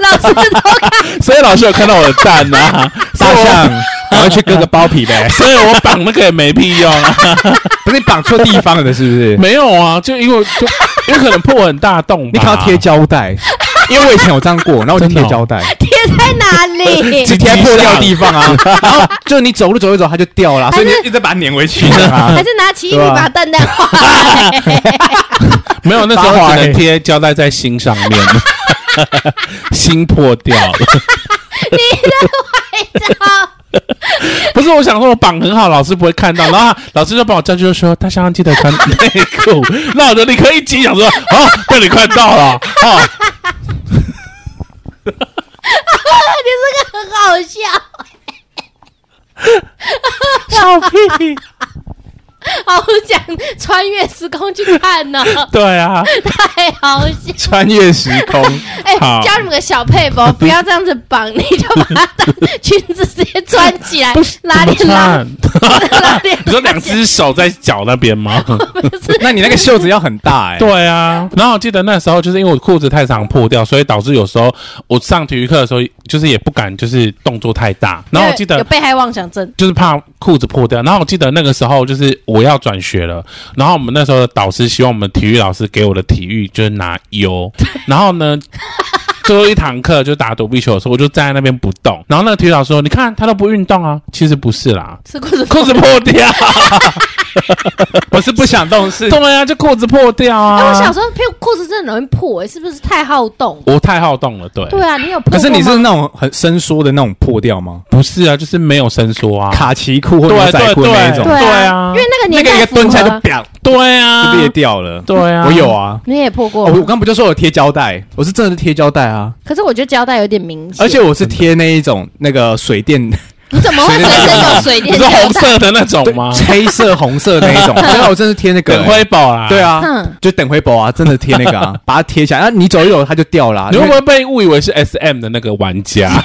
Speaker 2: 老师都
Speaker 1: 所以老师有看到我的蛋啊， *laughs* 所
Speaker 3: 大
Speaker 1: 以我，！
Speaker 3: 象，赶快去割个包皮呗
Speaker 1: *laughs* 所以我绑那个也没屁用啊，
Speaker 3: 不是你绑错地方了，是不 *laughs* 是？
Speaker 1: *laughs* 没有啊，就因为就有可能破很大洞吧，
Speaker 3: 你可能要贴胶带，因为我以前有这样过，然后我就贴胶带，
Speaker 2: 贴在哪
Speaker 1: *laughs*
Speaker 2: 里？
Speaker 3: 只贴破掉的地方 *laughs* 啊，然后就你走路走一走它就掉
Speaker 2: 哎
Speaker 3: 了，所以你一直把它粘回去啊
Speaker 2: 还。是拿起一笔
Speaker 3: 对啊
Speaker 2: 把蛋蛋画开？
Speaker 1: 没有，那时候
Speaker 3: 八
Speaker 1: 只
Speaker 3: 卦
Speaker 1: 能
Speaker 3: 欸
Speaker 1: 贴胶带在心上 *laughs* 面，心破掉了。
Speaker 2: 你知道
Speaker 1: 不是，我想说我绑很好，老师不会看到，然后老师就把我叫去就说大象要记得穿 *laughs* 内裤，那我就立刻一激想说哦，被你看到了哦，
Speaker 2: *laughs* 你这个很好笑，
Speaker 1: 笑屁，
Speaker 2: 好想穿越时空去看呢、
Speaker 1: 对啊，
Speaker 2: 太好笑！
Speaker 3: 穿越时空，
Speaker 2: 哎、
Speaker 1: 好
Speaker 2: 教你们个小配包，不要这样子绑，你就把它当裙子直接穿起来，拉
Speaker 1: 怎
Speaker 2: 链
Speaker 1: 么
Speaker 2: 拉，
Speaker 1: 穿？
Speaker 2: 拉链
Speaker 1: 你说两只手在脚那边 *laughs* 吗？
Speaker 3: *laughs* 那你那个袖子要很大哎。
Speaker 1: 对啊，然后我记得那时候就是因为我裤子太长破掉，所以导致有时候我上体育课的时候，就是也不敢就是动作太大。然后我记
Speaker 2: 有
Speaker 1: 得
Speaker 2: 被害妄想症，
Speaker 1: 就是怕裤子破掉。然后我记得那个时候就是我要转学了，然后我们那时候的导师希望我们体育老师给我的体育就是拿
Speaker 3: *laughs*
Speaker 1: 优，然后呢。最后一堂课就打躲避球的时候，我就站在那边不动。然后那个体育老师说：“你看他都不运动啊。”其实不是啦，
Speaker 2: 是裤子
Speaker 1: 裤子破
Speaker 3: *laughs*
Speaker 1: 掉。
Speaker 3: 我是不想动，是
Speaker 1: 对啊，就裤子破掉
Speaker 2: 哎、
Speaker 1: 啊。
Speaker 2: 我小时候屁股裤子真的容易破、哎，是不是太好动？
Speaker 1: 我太好动了，对。
Speaker 2: 对啊，你有破过吗？
Speaker 3: 可是你是那种很伸缩的那种破掉吗？
Speaker 1: 不是啊，就是没有伸缩啊。
Speaker 3: 卡其裤或
Speaker 1: 对
Speaker 3: 牛仔
Speaker 1: 对
Speaker 3: 裤
Speaker 1: 对
Speaker 3: 那一种
Speaker 2: 对，
Speaker 1: 对
Speaker 2: 啊，
Speaker 1: 啊
Speaker 2: 因为那个
Speaker 3: 那
Speaker 2: 年
Speaker 3: 个一
Speaker 2: 代
Speaker 3: 个
Speaker 2: 符合
Speaker 3: 蹲下来就啪
Speaker 1: 对啊
Speaker 3: 就，裂掉了。
Speaker 1: 对啊，
Speaker 3: 我有啊，
Speaker 2: 你也破过
Speaker 3: 哦，
Speaker 2: 吗、
Speaker 3: 我刚不就说我贴胶带，我是真的是贴胶带啊，
Speaker 2: 可是我觉得胶带有点明显，
Speaker 3: 而且我是贴那一种那个水电
Speaker 2: 你怎么会随身有水
Speaker 1: 你
Speaker 2: 电
Speaker 1: 是
Speaker 2: 胶
Speaker 1: 红
Speaker 2: 带？
Speaker 1: 色的那种吗？
Speaker 3: *laughs* 黑色、红色那一种，对啊啊，我真是贴那个、
Speaker 1: 耿辉宝啦，
Speaker 3: 对，啊
Speaker 2: 嗯，
Speaker 3: 就等回宝啊，真的贴那个啊，把它贴起来，啊，你走一走它就掉了啊、
Speaker 1: 你
Speaker 3: 因
Speaker 1: 会
Speaker 3: 为
Speaker 1: 不会被误以为是 S M 的那个玩家？ *laughs*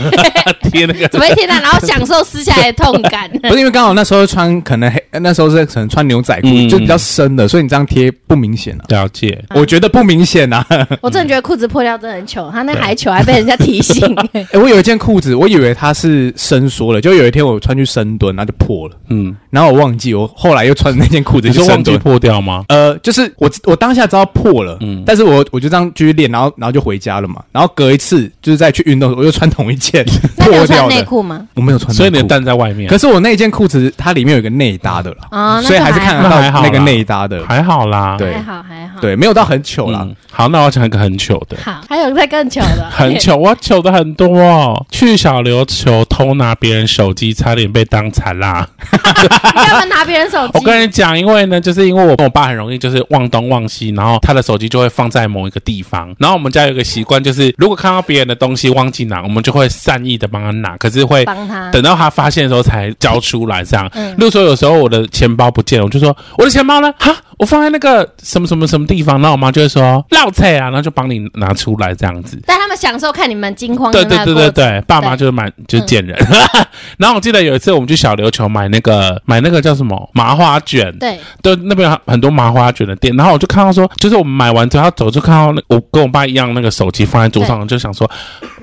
Speaker 1: 贴那个
Speaker 2: *laughs*
Speaker 1: *laughs*
Speaker 2: 怎么会贴在？然后享受撕下来的痛感。
Speaker 3: 不是因为刚好那时候穿可能黑，那时候是可能穿牛仔裤，
Speaker 1: 嗯
Speaker 3: 就比较深的，所以你这样贴不明显啊。
Speaker 1: 了解，
Speaker 2: 嗯
Speaker 3: 我觉得不明显啊！ *laughs* 哎、
Speaker 2: 我真的觉得裤子破掉真的很糗，他那还糗还被人家提醒。欸
Speaker 3: 我有一件裤子，我以为它是伸缩了，就有一天我穿去深蹲，然后就破了，
Speaker 1: 嗯，
Speaker 3: 然后我忘记，我后来又穿那件裤子
Speaker 1: 你
Speaker 3: 去
Speaker 1: 是忘
Speaker 3: 深
Speaker 1: 记
Speaker 3: 蹲。
Speaker 1: 破掉吗？
Speaker 3: 呃，就是我我当下知道破了，
Speaker 1: 嗯
Speaker 3: 但是我我就这样继续练，然后然后就回家了嘛，然后隔一次就是再去运动的时候，我又穿同一件
Speaker 2: *laughs* 那你有
Speaker 3: 破
Speaker 2: 穿
Speaker 3: 掉
Speaker 2: 内
Speaker 3: 的，
Speaker 2: 裤吗？
Speaker 3: 我没有穿内裤，
Speaker 1: 所以你的蛋在外面
Speaker 3: 可，是我那一件裤子它里面有一个内搭的啦，
Speaker 2: 啊，那
Speaker 3: 所以
Speaker 2: 就
Speaker 3: 还是看得
Speaker 1: 那还好
Speaker 3: 到那个
Speaker 1: 啦
Speaker 3: 内搭的，
Speaker 1: 还好啦。
Speaker 3: 对
Speaker 2: 还好还好。
Speaker 3: 对，没有到很糗啦。
Speaker 1: 嗯，好，那我要讲一个很糗 *laughs* 的，
Speaker 2: 好，还有再更糗的，
Speaker 1: *laughs* 很
Speaker 2: *laughs*
Speaker 1: 糗，我糗的很多哦。去小琉球偷拿别人手机，差点被当残啦。
Speaker 2: 你干嘛拿别人手机？
Speaker 1: *laughs* 我跟你讲，因为呢，就是因为我跟我爸很容易就是忘东忘西，然后他的手机就会放在某一个地方。然后我们家有一个习惯，就是如果看到别人的东西忘记拿，我们就会善意的帮他拿，可是会
Speaker 2: 帮他
Speaker 1: 等到他发现的时候才交出来。这样，
Speaker 2: 嗯
Speaker 1: 例如说有时候我的钱包不见了，我就说我的钱包呢？哈，我放在那个什么什么什么地方。然后我妈就会说落菜啊，然后就帮你拿出来这样子。
Speaker 2: 但他们享受看你们惊慌
Speaker 1: 对
Speaker 2: 的
Speaker 1: 对
Speaker 2: 那
Speaker 1: 对
Speaker 2: 个
Speaker 1: 对
Speaker 2: 过程。
Speaker 1: 对，爸妈就是蛮就是
Speaker 2: 嗯
Speaker 1: 贱人。 *laughs* 然后我记得有一次我们去小琉球买那个买那个叫什么麻花卷，
Speaker 2: 对，
Speaker 1: 对，那边有很多麻花卷的店，然后我就看到说，就是我们买完之后，他走就看到那我跟我爸一样，那个手机放在桌上，就想说，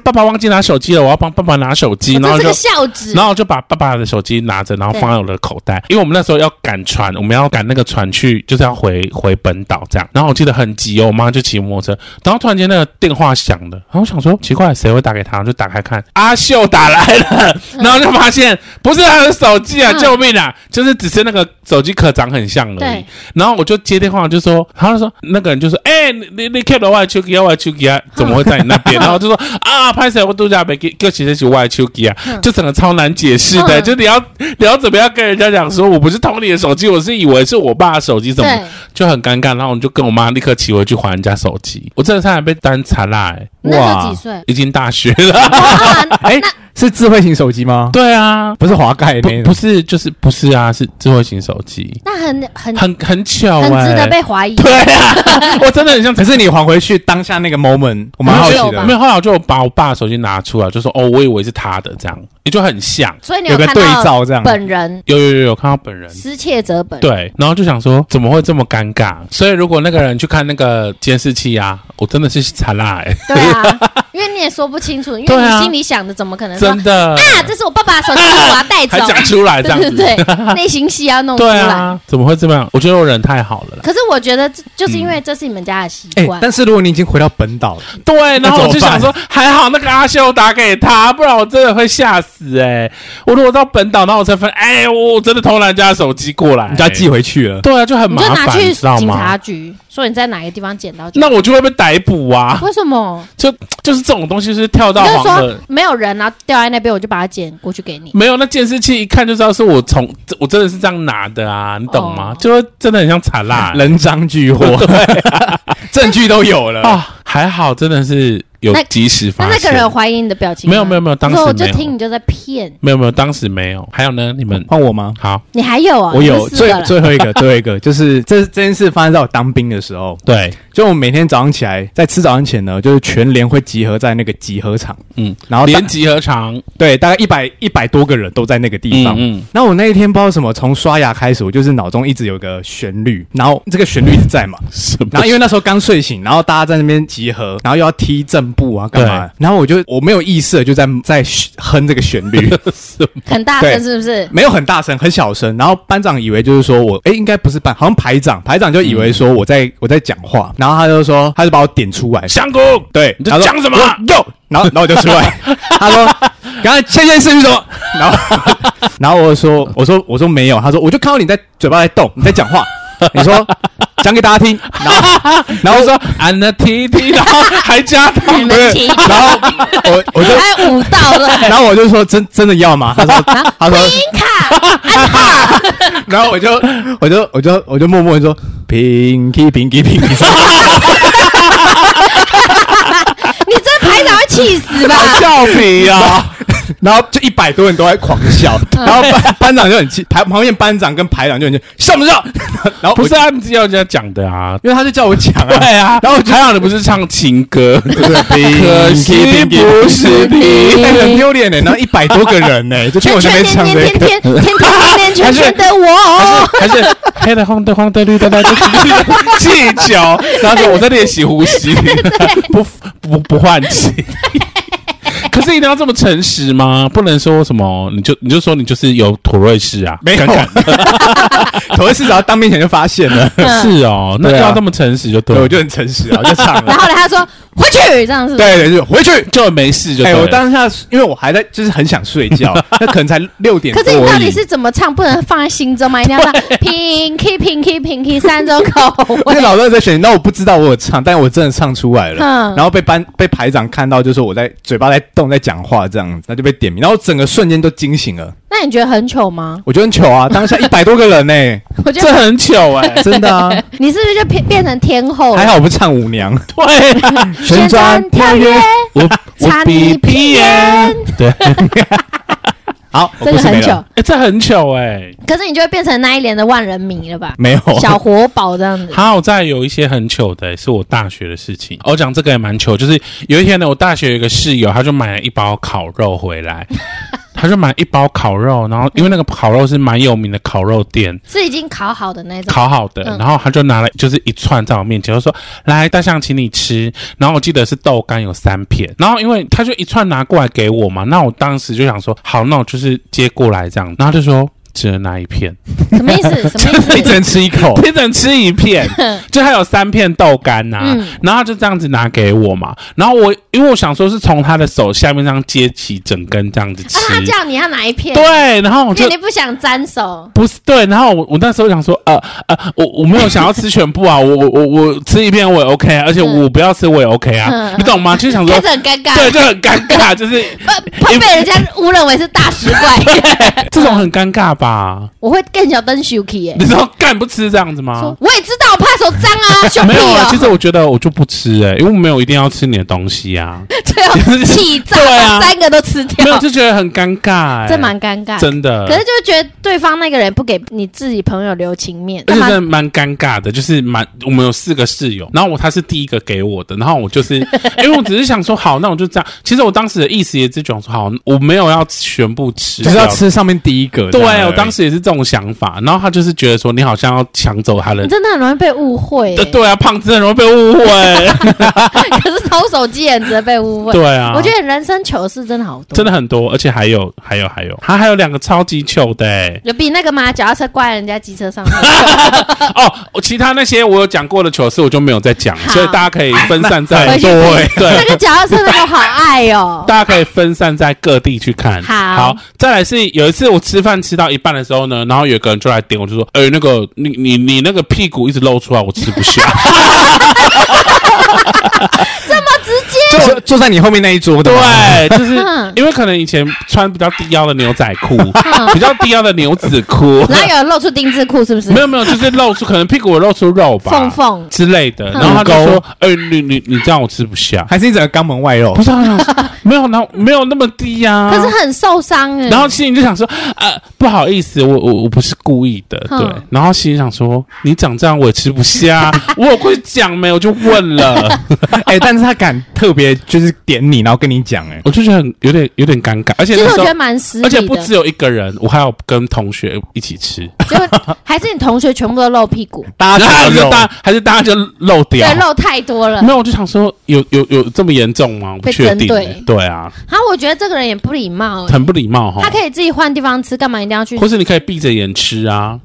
Speaker 1: 爸爸忘记拿手机了，我要帮爸爸拿手机，
Speaker 2: 我
Speaker 1: 然后
Speaker 2: 哦这是
Speaker 1: 就
Speaker 2: 个。孝子
Speaker 1: 然。后我就把爸爸的手机拿着，然后放在我的口袋，因为我们那时候要赶船，我们要赶那个船去，就是要回回本岛这样。然后我记得很急哦，我妈就骑摩托车，然后突然间那个电话响了，然后我想说奇怪，谁会打给他？就打开看，阿秀打来
Speaker 2: *laughs*
Speaker 1: 了，然后就发现不是他的手机啊，
Speaker 2: 嗯
Speaker 1: 救命啊！就是只是那个手机壳长很像而已
Speaker 2: 对。
Speaker 1: 然后我就接电话，就说，他就说那个人就说，哎、你你你看到我的手机啊，我的手机啊，怎么会在你那
Speaker 2: *laughs*
Speaker 1: 边？然后就说啊，拍谁我度假没给，给其实是我的手机啊，就整个超难解释的，
Speaker 2: 嗯
Speaker 1: 就你要你要怎么样跟人家讲说，我不是偷你的手机，我是以为是我爸的手机，怎么
Speaker 2: 对，
Speaker 1: 就很尴尬。然后我就跟我妈立刻骑回去还人家手机，我真的差点被单残啦、欸，
Speaker 2: 那时候
Speaker 3: 哇
Speaker 2: 几岁？
Speaker 1: 已经大学
Speaker 2: *laughs*
Speaker 1: 了，
Speaker 2: 啊，
Speaker 3: 哎、是智慧型手机吗？
Speaker 1: 对啊。
Speaker 3: 不是滑盖
Speaker 1: 不
Speaker 3: 那
Speaker 1: 不
Speaker 3: 种，
Speaker 1: 是就是不是啊，是智慧型手机，
Speaker 2: 那很很
Speaker 1: 很很巧哎、
Speaker 2: 很值得被怀疑。
Speaker 1: 对
Speaker 2: *laughs*
Speaker 1: 啊，我真的很像。
Speaker 3: 可是你还回去当下那个 moment，我蛮好
Speaker 1: 没
Speaker 3: 奇
Speaker 1: 有
Speaker 2: 我觉得
Speaker 1: 没
Speaker 3: 的。
Speaker 1: 有，后来我就把我爸的手机拿出来，就说哦，我以为是他的，这样也就很像。
Speaker 2: 所以你
Speaker 3: 有个
Speaker 2: 看
Speaker 3: 对
Speaker 2: 到
Speaker 3: 照这样，
Speaker 2: 本人
Speaker 1: 有有有有看到本人，
Speaker 2: 失窃者本人。
Speaker 1: 对，然后就想说怎么会这么尴尬？所以如果那个人去看那个监视器啊，我真的是惨啦、
Speaker 2: *laughs*
Speaker 1: 欸，
Speaker 2: 对啊，因为你也说不清楚，因为
Speaker 1: 对啊
Speaker 2: 你心里想的怎么可能说
Speaker 1: 真的
Speaker 2: 啊？这是我爸爸的手机，我要带走
Speaker 1: 还。讲出来这样
Speaker 2: *laughs* 对
Speaker 1: 子，
Speaker 2: 对对，内心戏要弄出
Speaker 1: 对
Speaker 2: 来。
Speaker 1: 啊，嗯怎么会这么样？我觉得我人太好了啦。
Speaker 2: 可是我觉得这就是因为这是你们家的习
Speaker 3: 哎、
Speaker 2: 惯，
Speaker 3: 但是如果你已经回到本岛了，
Speaker 1: 对，然
Speaker 3: 那
Speaker 1: 后
Speaker 3: 怎
Speaker 1: 我
Speaker 3: 么
Speaker 1: 就想说，还好那个阿秀打给他，不然我真的会吓死哎、欸我如果到本岛，那我才分，哎、我真的偷人家的手机过来、
Speaker 3: 你就要寄回去了。
Speaker 1: 对啊，就很
Speaker 2: 你
Speaker 1: 麻
Speaker 2: 就
Speaker 1: 烦，
Speaker 2: 拿去
Speaker 1: 知道
Speaker 2: 警
Speaker 1: 吗？
Speaker 2: 察局说你在哪个地方捡到酒。
Speaker 1: 那我就会被逮捕啊！
Speaker 2: 为什么？
Speaker 1: 就是这种东西是跳
Speaker 2: 你
Speaker 1: 到
Speaker 2: 就
Speaker 1: 黄
Speaker 2: 说
Speaker 1: 河，
Speaker 2: 没有人啊，掉在那边，我就把它捡过去给你。
Speaker 1: 没有那监视器一看就知道是我从我真的是这样拿的啊，你懂吗？
Speaker 2: 哦
Speaker 1: 就会真的很像惨辣
Speaker 3: 人赃俱 *laughs* 获，证据都有了。
Speaker 1: 啊！还好真的是有
Speaker 2: 那
Speaker 1: 及时发
Speaker 2: 那那
Speaker 1: 现
Speaker 2: 个，人有怀疑你的表情吗？
Speaker 1: 没有没有没有，当时
Speaker 2: 说我就
Speaker 1: 没有
Speaker 2: 听你就在骗，
Speaker 1: 没有没有，当时没有。还有呢，你们
Speaker 3: 换我吗？
Speaker 1: 好
Speaker 2: 你还有啊？
Speaker 3: 我有
Speaker 2: 你是四
Speaker 3: 最
Speaker 2: 个了
Speaker 3: 最后一个， *laughs* 最后一个就是这这件事发生在我当兵的时候，
Speaker 1: 对，
Speaker 3: 就我每天早上起来，在吃早餐前呢，就是全连会集合在那个集合场，
Speaker 1: 嗯，
Speaker 3: 然后大
Speaker 1: 连集合场
Speaker 3: 对大概一百一百多个人都在那个地方。
Speaker 1: 嗯嗯
Speaker 3: 那我那一天不知道什么，从刷牙开始，我就是脑中一直有个旋律，然后这个旋律一直在嘛，
Speaker 1: 什么
Speaker 3: 然后因为那时候刚睡醒，然后大家在那边集合，然后又要踢正步啊，干嘛？然后我就我没有意识的就在在哼这个旋
Speaker 1: *laughs*
Speaker 3: 律，
Speaker 2: 很大
Speaker 3: 对
Speaker 2: 声，是不是？
Speaker 3: 没有很大声，很小声。然后班长以为就是说我，哎，应该不是班，好像排长，排长就以为说我在、我在讲话，然后他就说，他就把我点出来，
Speaker 1: 香菇
Speaker 3: 对，
Speaker 1: 你在
Speaker 3: 他说
Speaker 1: 讲什么
Speaker 3: 我说哟，然后然后我就出来， *laughs* 他说，刚才倩倩是不是说？ *laughs* 然后然后我就说，我说我说没有，他说我就看到你在嘴巴在动，你在讲话，你说讲给大家听，然后然后我说。
Speaker 1: 俺的 T T，然后还
Speaker 2: *laughs*
Speaker 1: 加他
Speaker 2: 你
Speaker 3: 对
Speaker 2: 们听，
Speaker 3: 然后
Speaker 2: *laughs*
Speaker 3: 我我就，
Speaker 2: 还有舞蹈了，
Speaker 3: *laughs* 然后我就说真真的要吗？他说他说
Speaker 2: 冰卡，
Speaker 3: *laughs* 然后我就我就我就我就默默地说 pinky pinky pinky，
Speaker 2: 你这排长会气死吧？ *laughs*
Speaker 1: 笑皮啊！
Speaker 3: 然后就一百多人都在狂
Speaker 2: *laughs*
Speaker 3: 笑，
Speaker 2: 嗯
Speaker 3: 然后班班长就很气，排旁边班长跟排长就很气，笑不笑？ *laughs* 然后
Speaker 1: 不
Speaker 3: 我
Speaker 2: 啊
Speaker 1: 是，他们要人家讲的啊。
Speaker 3: 因为他就叫我讲啊，
Speaker 1: 对啊，
Speaker 3: 然后我就
Speaker 1: 还好你不是唱情
Speaker 3: *laughs*
Speaker 1: 歌，
Speaker 3: 对，
Speaker 1: 可惜不是你
Speaker 3: 哎很丢脸呢，然后一百多个人
Speaker 2: *laughs*
Speaker 3: 呢， *laughs* 就听
Speaker 2: 圈
Speaker 3: 我这
Speaker 2: 圈天
Speaker 3: 边唱这
Speaker 2: 天天
Speaker 3: 个，
Speaker 2: 天天天天天圈圈的
Speaker 3: 嗯
Speaker 2: 我，
Speaker 1: 还是黑的红的黄的绿的白的气球，然后说我在练习呼吸，不不不换气。可是一定要这么诚实吗？不能说什么，你就你就说你就是有土瑞士啊，
Speaker 3: 没有， *laughs* 头一次只要当面前就发现了，
Speaker 1: 是哦，那就
Speaker 3: 对啊
Speaker 1: 要这么诚实就对
Speaker 3: 对，
Speaker 1: 了，
Speaker 3: 我就很诚实啊，我就唱
Speaker 2: 然 *laughs*
Speaker 3: 了，
Speaker 2: 后呢他说回去这样子，
Speaker 3: 对对，就回去。
Speaker 1: 就没事就
Speaker 3: 哎、
Speaker 1: 对了。
Speaker 3: 我当下因为我还在，就是很想睡
Speaker 1: *laughs*
Speaker 3: 觉，那可能才六点
Speaker 2: 可
Speaker 3: 多而
Speaker 2: 是
Speaker 3: 已。
Speaker 2: 你到底是怎么唱？不能放在心中吗？一定要
Speaker 3: *laughs*
Speaker 2: 唱 Pinky Pinky Pinky 三种口
Speaker 3: 那
Speaker 2: 味
Speaker 3: *laughs* 个。老二在选，那我不知道我有唱，但我真的唱出来了。
Speaker 2: 嗯
Speaker 3: 然后被班被排长看到，就说我在嘴巴在动，在讲话这样子，那就被点名，然后整个瞬间都惊醒了。
Speaker 2: 那你觉得很糗吗？
Speaker 3: 我觉得很糗 *laughs* 啊，当下一百多个人呢、 *laughs*
Speaker 2: 我觉
Speaker 1: 这
Speaker 2: 得
Speaker 1: 很糗哎、
Speaker 3: 真的啊，
Speaker 2: 你是不是就变变成天后
Speaker 3: 还
Speaker 2: 了？
Speaker 3: 好不唱舞娘，
Speaker 1: 对啊，
Speaker 3: 旋转跳跃。
Speaker 1: 我
Speaker 2: 擦
Speaker 1: 我
Speaker 2: 你
Speaker 1: 比
Speaker 2: 屁
Speaker 1: 屁
Speaker 2: 眼
Speaker 1: 眼，对，哎、
Speaker 3: 好，我
Speaker 2: 这
Speaker 3: 不
Speaker 2: 个
Speaker 3: 是
Speaker 2: 很
Speaker 3: 没了
Speaker 2: 糗，，
Speaker 1: 这很糗哎、
Speaker 2: 可是你就会变成那一年的万人迷了吧？
Speaker 3: 没有
Speaker 2: 小活宝这样子。
Speaker 1: 还有再有一些很糗的、是我大学的事情。哦我讲这个也蛮糗，就是有一天呢，我大学有一个室友，他就买了一包烤肉回来，他就买一包烤肉，然后因为那个烤肉是蛮有名的烤肉店，
Speaker 2: 是已经烤好的那种。
Speaker 1: 烤好的，
Speaker 2: 嗯
Speaker 1: 然后他就拿了就是一串在我面前，就说：“来，大象，请你吃。”然后我记得是豆干有三片，然后因为他就一串拿过来给我嘛，那我当时就想说：“好，那我就是接过来这样。”然后他就说。只能拿一片，
Speaker 2: 什么意思？
Speaker 1: *laughs*
Speaker 2: 啊什么意 *laughs*
Speaker 3: 你只
Speaker 2: 思？
Speaker 3: 能吃一 *laughs* 口。
Speaker 1: 只能吃一片，就还有三片豆干呐、
Speaker 2: 嗯
Speaker 1: 然后他就这样子拿给我嘛，然后我因为我想说是从他的手下面这样接起整根这样子吃
Speaker 2: 啊，，他叫你要哪一片？，
Speaker 1: 对，然后我就
Speaker 2: 因为你不想沾手。
Speaker 1: 不是对，然后我我那时候想说，呃呃，我我没有想要吃全部啊，我我我我吃一片我也 OK，啊而且
Speaker 2: 嗯
Speaker 1: 我不要吃我也 OK 啊，
Speaker 2: 嗯
Speaker 1: 你懂吗？就是想
Speaker 2: *laughs* 开
Speaker 1: 说
Speaker 2: 始，很啊尴尬，
Speaker 1: 对，就很尴尬，就是
Speaker 2: 怕怕被人家误认为是大食
Speaker 1: *laughs*
Speaker 2: 怪。
Speaker 1: 这种很尴尬吧？
Speaker 2: 我会更小灯 Suki 耶
Speaker 1: 你，知道干不吃这样子吗
Speaker 2: 说？我也知道，我怕手脏
Speaker 1: *laughs*
Speaker 2: 啊，兄
Speaker 1: 啊没
Speaker 2: 弟
Speaker 1: 有啊，其
Speaker 2: 哦。
Speaker 1: 实我觉得我就不吃哎、因为我没有一定要吃你的东西啊，
Speaker 2: *laughs* 最后气炸，
Speaker 1: 对啊
Speaker 2: 把三个都吃
Speaker 1: 没有
Speaker 2: 掉，
Speaker 1: 就觉得很尴尬、哎
Speaker 2: 这蛮尴尬。
Speaker 1: 真的，
Speaker 2: 可是就觉得对方那个人不给你自己朋友留情面，
Speaker 1: 而
Speaker 2: 干
Speaker 1: 且
Speaker 2: 嘛
Speaker 1: 真的蛮尴尬的，就是蛮我们有四个室友，然后我他是第一个给我的，然后我就是
Speaker 2: *laughs*
Speaker 1: 因为我只是想说好，那我就这样。其实我当时的意思也只讲说好，我没有要全部吃，
Speaker 3: 就是要。吃上面第一个。
Speaker 1: 对
Speaker 3: 这样而已
Speaker 1: 我当时也是这种想法，然后他就是觉得说你好像要抢走他的
Speaker 2: 你，真的很容易被误会耶
Speaker 1: 对。对啊，胖子很容易被误会，
Speaker 2: *laughs* 可是偷手机也很值得被误会。
Speaker 1: 对啊，
Speaker 2: *laughs* 我觉得人生糗事真的好多，
Speaker 1: 真的很多，而且还有还有还有，他还有两个超级糗的、欸，
Speaker 2: 有比那个吗？脚踏车挂在人家机车上面，呃
Speaker 1: 哦，我其他那些我有讲过的糗事我就没有再讲，
Speaker 2: 好
Speaker 1: 所以大家可以分散在
Speaker 2: *laughs* 回
Speaker 3: 很
Speaker 2: 去
Speaker 3: 多欸
Speaker 2: 听
Speaker 1: 哎对
Speaker 2: 那个脚踏车那个好
Speaker 1: *laughs*
Speaker 2: 爱哦。
Speaker 1: 大家可以分散在各地去看。
Speaker 2: 好
Speaker 1: 再来是有一次我吃饭吃到一半的时候呢，然后有个人就来点，我就说：“哎、那个你你你那个屁股一直露出来，我吃不
Speaker 2: *laughs*
Speaker 1: 下。
Speaker 3: 就是坐在你后面那一桌”的嘛，
Speaker 1: 对，就是
Speaker 2: 嗯
Speaker 1: 因为可能以前穿比较低腰的牛仔
Speaker 2: *laughs*
Speaker 1: 裤，比较低腰的牛仔裤，
Speaker 2: 然后有人露出丁字裤，是不是
Speaker 1: 没？有没有，就是露出可能屁股有露出肉吧，
Speaker 2: 缝嗯缝
Speaker 1: 之类的。然后他就说：“哎、你你你这样我吃不
Speaker 2: *laughs*
Speaker 1: 下。”
Speaker 3: 还是你整个肛门外露
Speaker 1: 不？是啊，我想说没有，那没有那么低呀、
Speaker 2: 可是很受伤哎。
Speaker 1: 啊然后心里就想说，呃，不好意思，我我我不是故意的，
Speaker 2: 嗯
Speaker 1: 对。然后心里想说，你长这样我也吃不
Speaker 2: *laughs*
Speaker 1: 下，我有会讲没？我就问了，
Speaker 3: 哎、但是他敢特别就是点你，然后跟你讲、哎，
Speaker 1: 我就觉得很有点有点尴尬，而且
Speaker 2: 其实
Speaker 1: 那
Speaker 2: 我
Speaker 1: 时
Speaker 2: 觉
Speaker 1: 候
Speaker 2: 得。蛮失礼
Speaker 1: 而且不啊
Speaker 2: 的，
Speaker 1: 只有一个人，我还有跟同学一起吃，
Speaker 2: 就还是你同学全部都露屁股，
Speaker 3: 大
Speaker 1: 然后
Speaker 3: 家
Speaker 1: 还
Speaker 3: 全
Speaker 1: 是
Speaker 3: 都
Speaker 1: 大还是大家就漏掉
Speaker 2: 对，，露太多了。
Speaker 1: 没有，我就想说有有有这么严重吗？我不
Speaker 2: 被
Speaker 1: 确
Speaker 2: 针
Speaker 1: 定
Speaker 2: 对
Speaker 1: 欸，对啊，
Speaker 2: 然后我觉得这个人也不礼貌哎，
Speaker 1: 很不礼貌哈
Speaker 2: 他。可以自己换地方吃，干嘛一定要去？
Speaker 1: 或
Speaker 2: 我
Speaker 1: 是你可以闭着眼吃
Speaker 2: *laughs*
Speaker 1: 啊，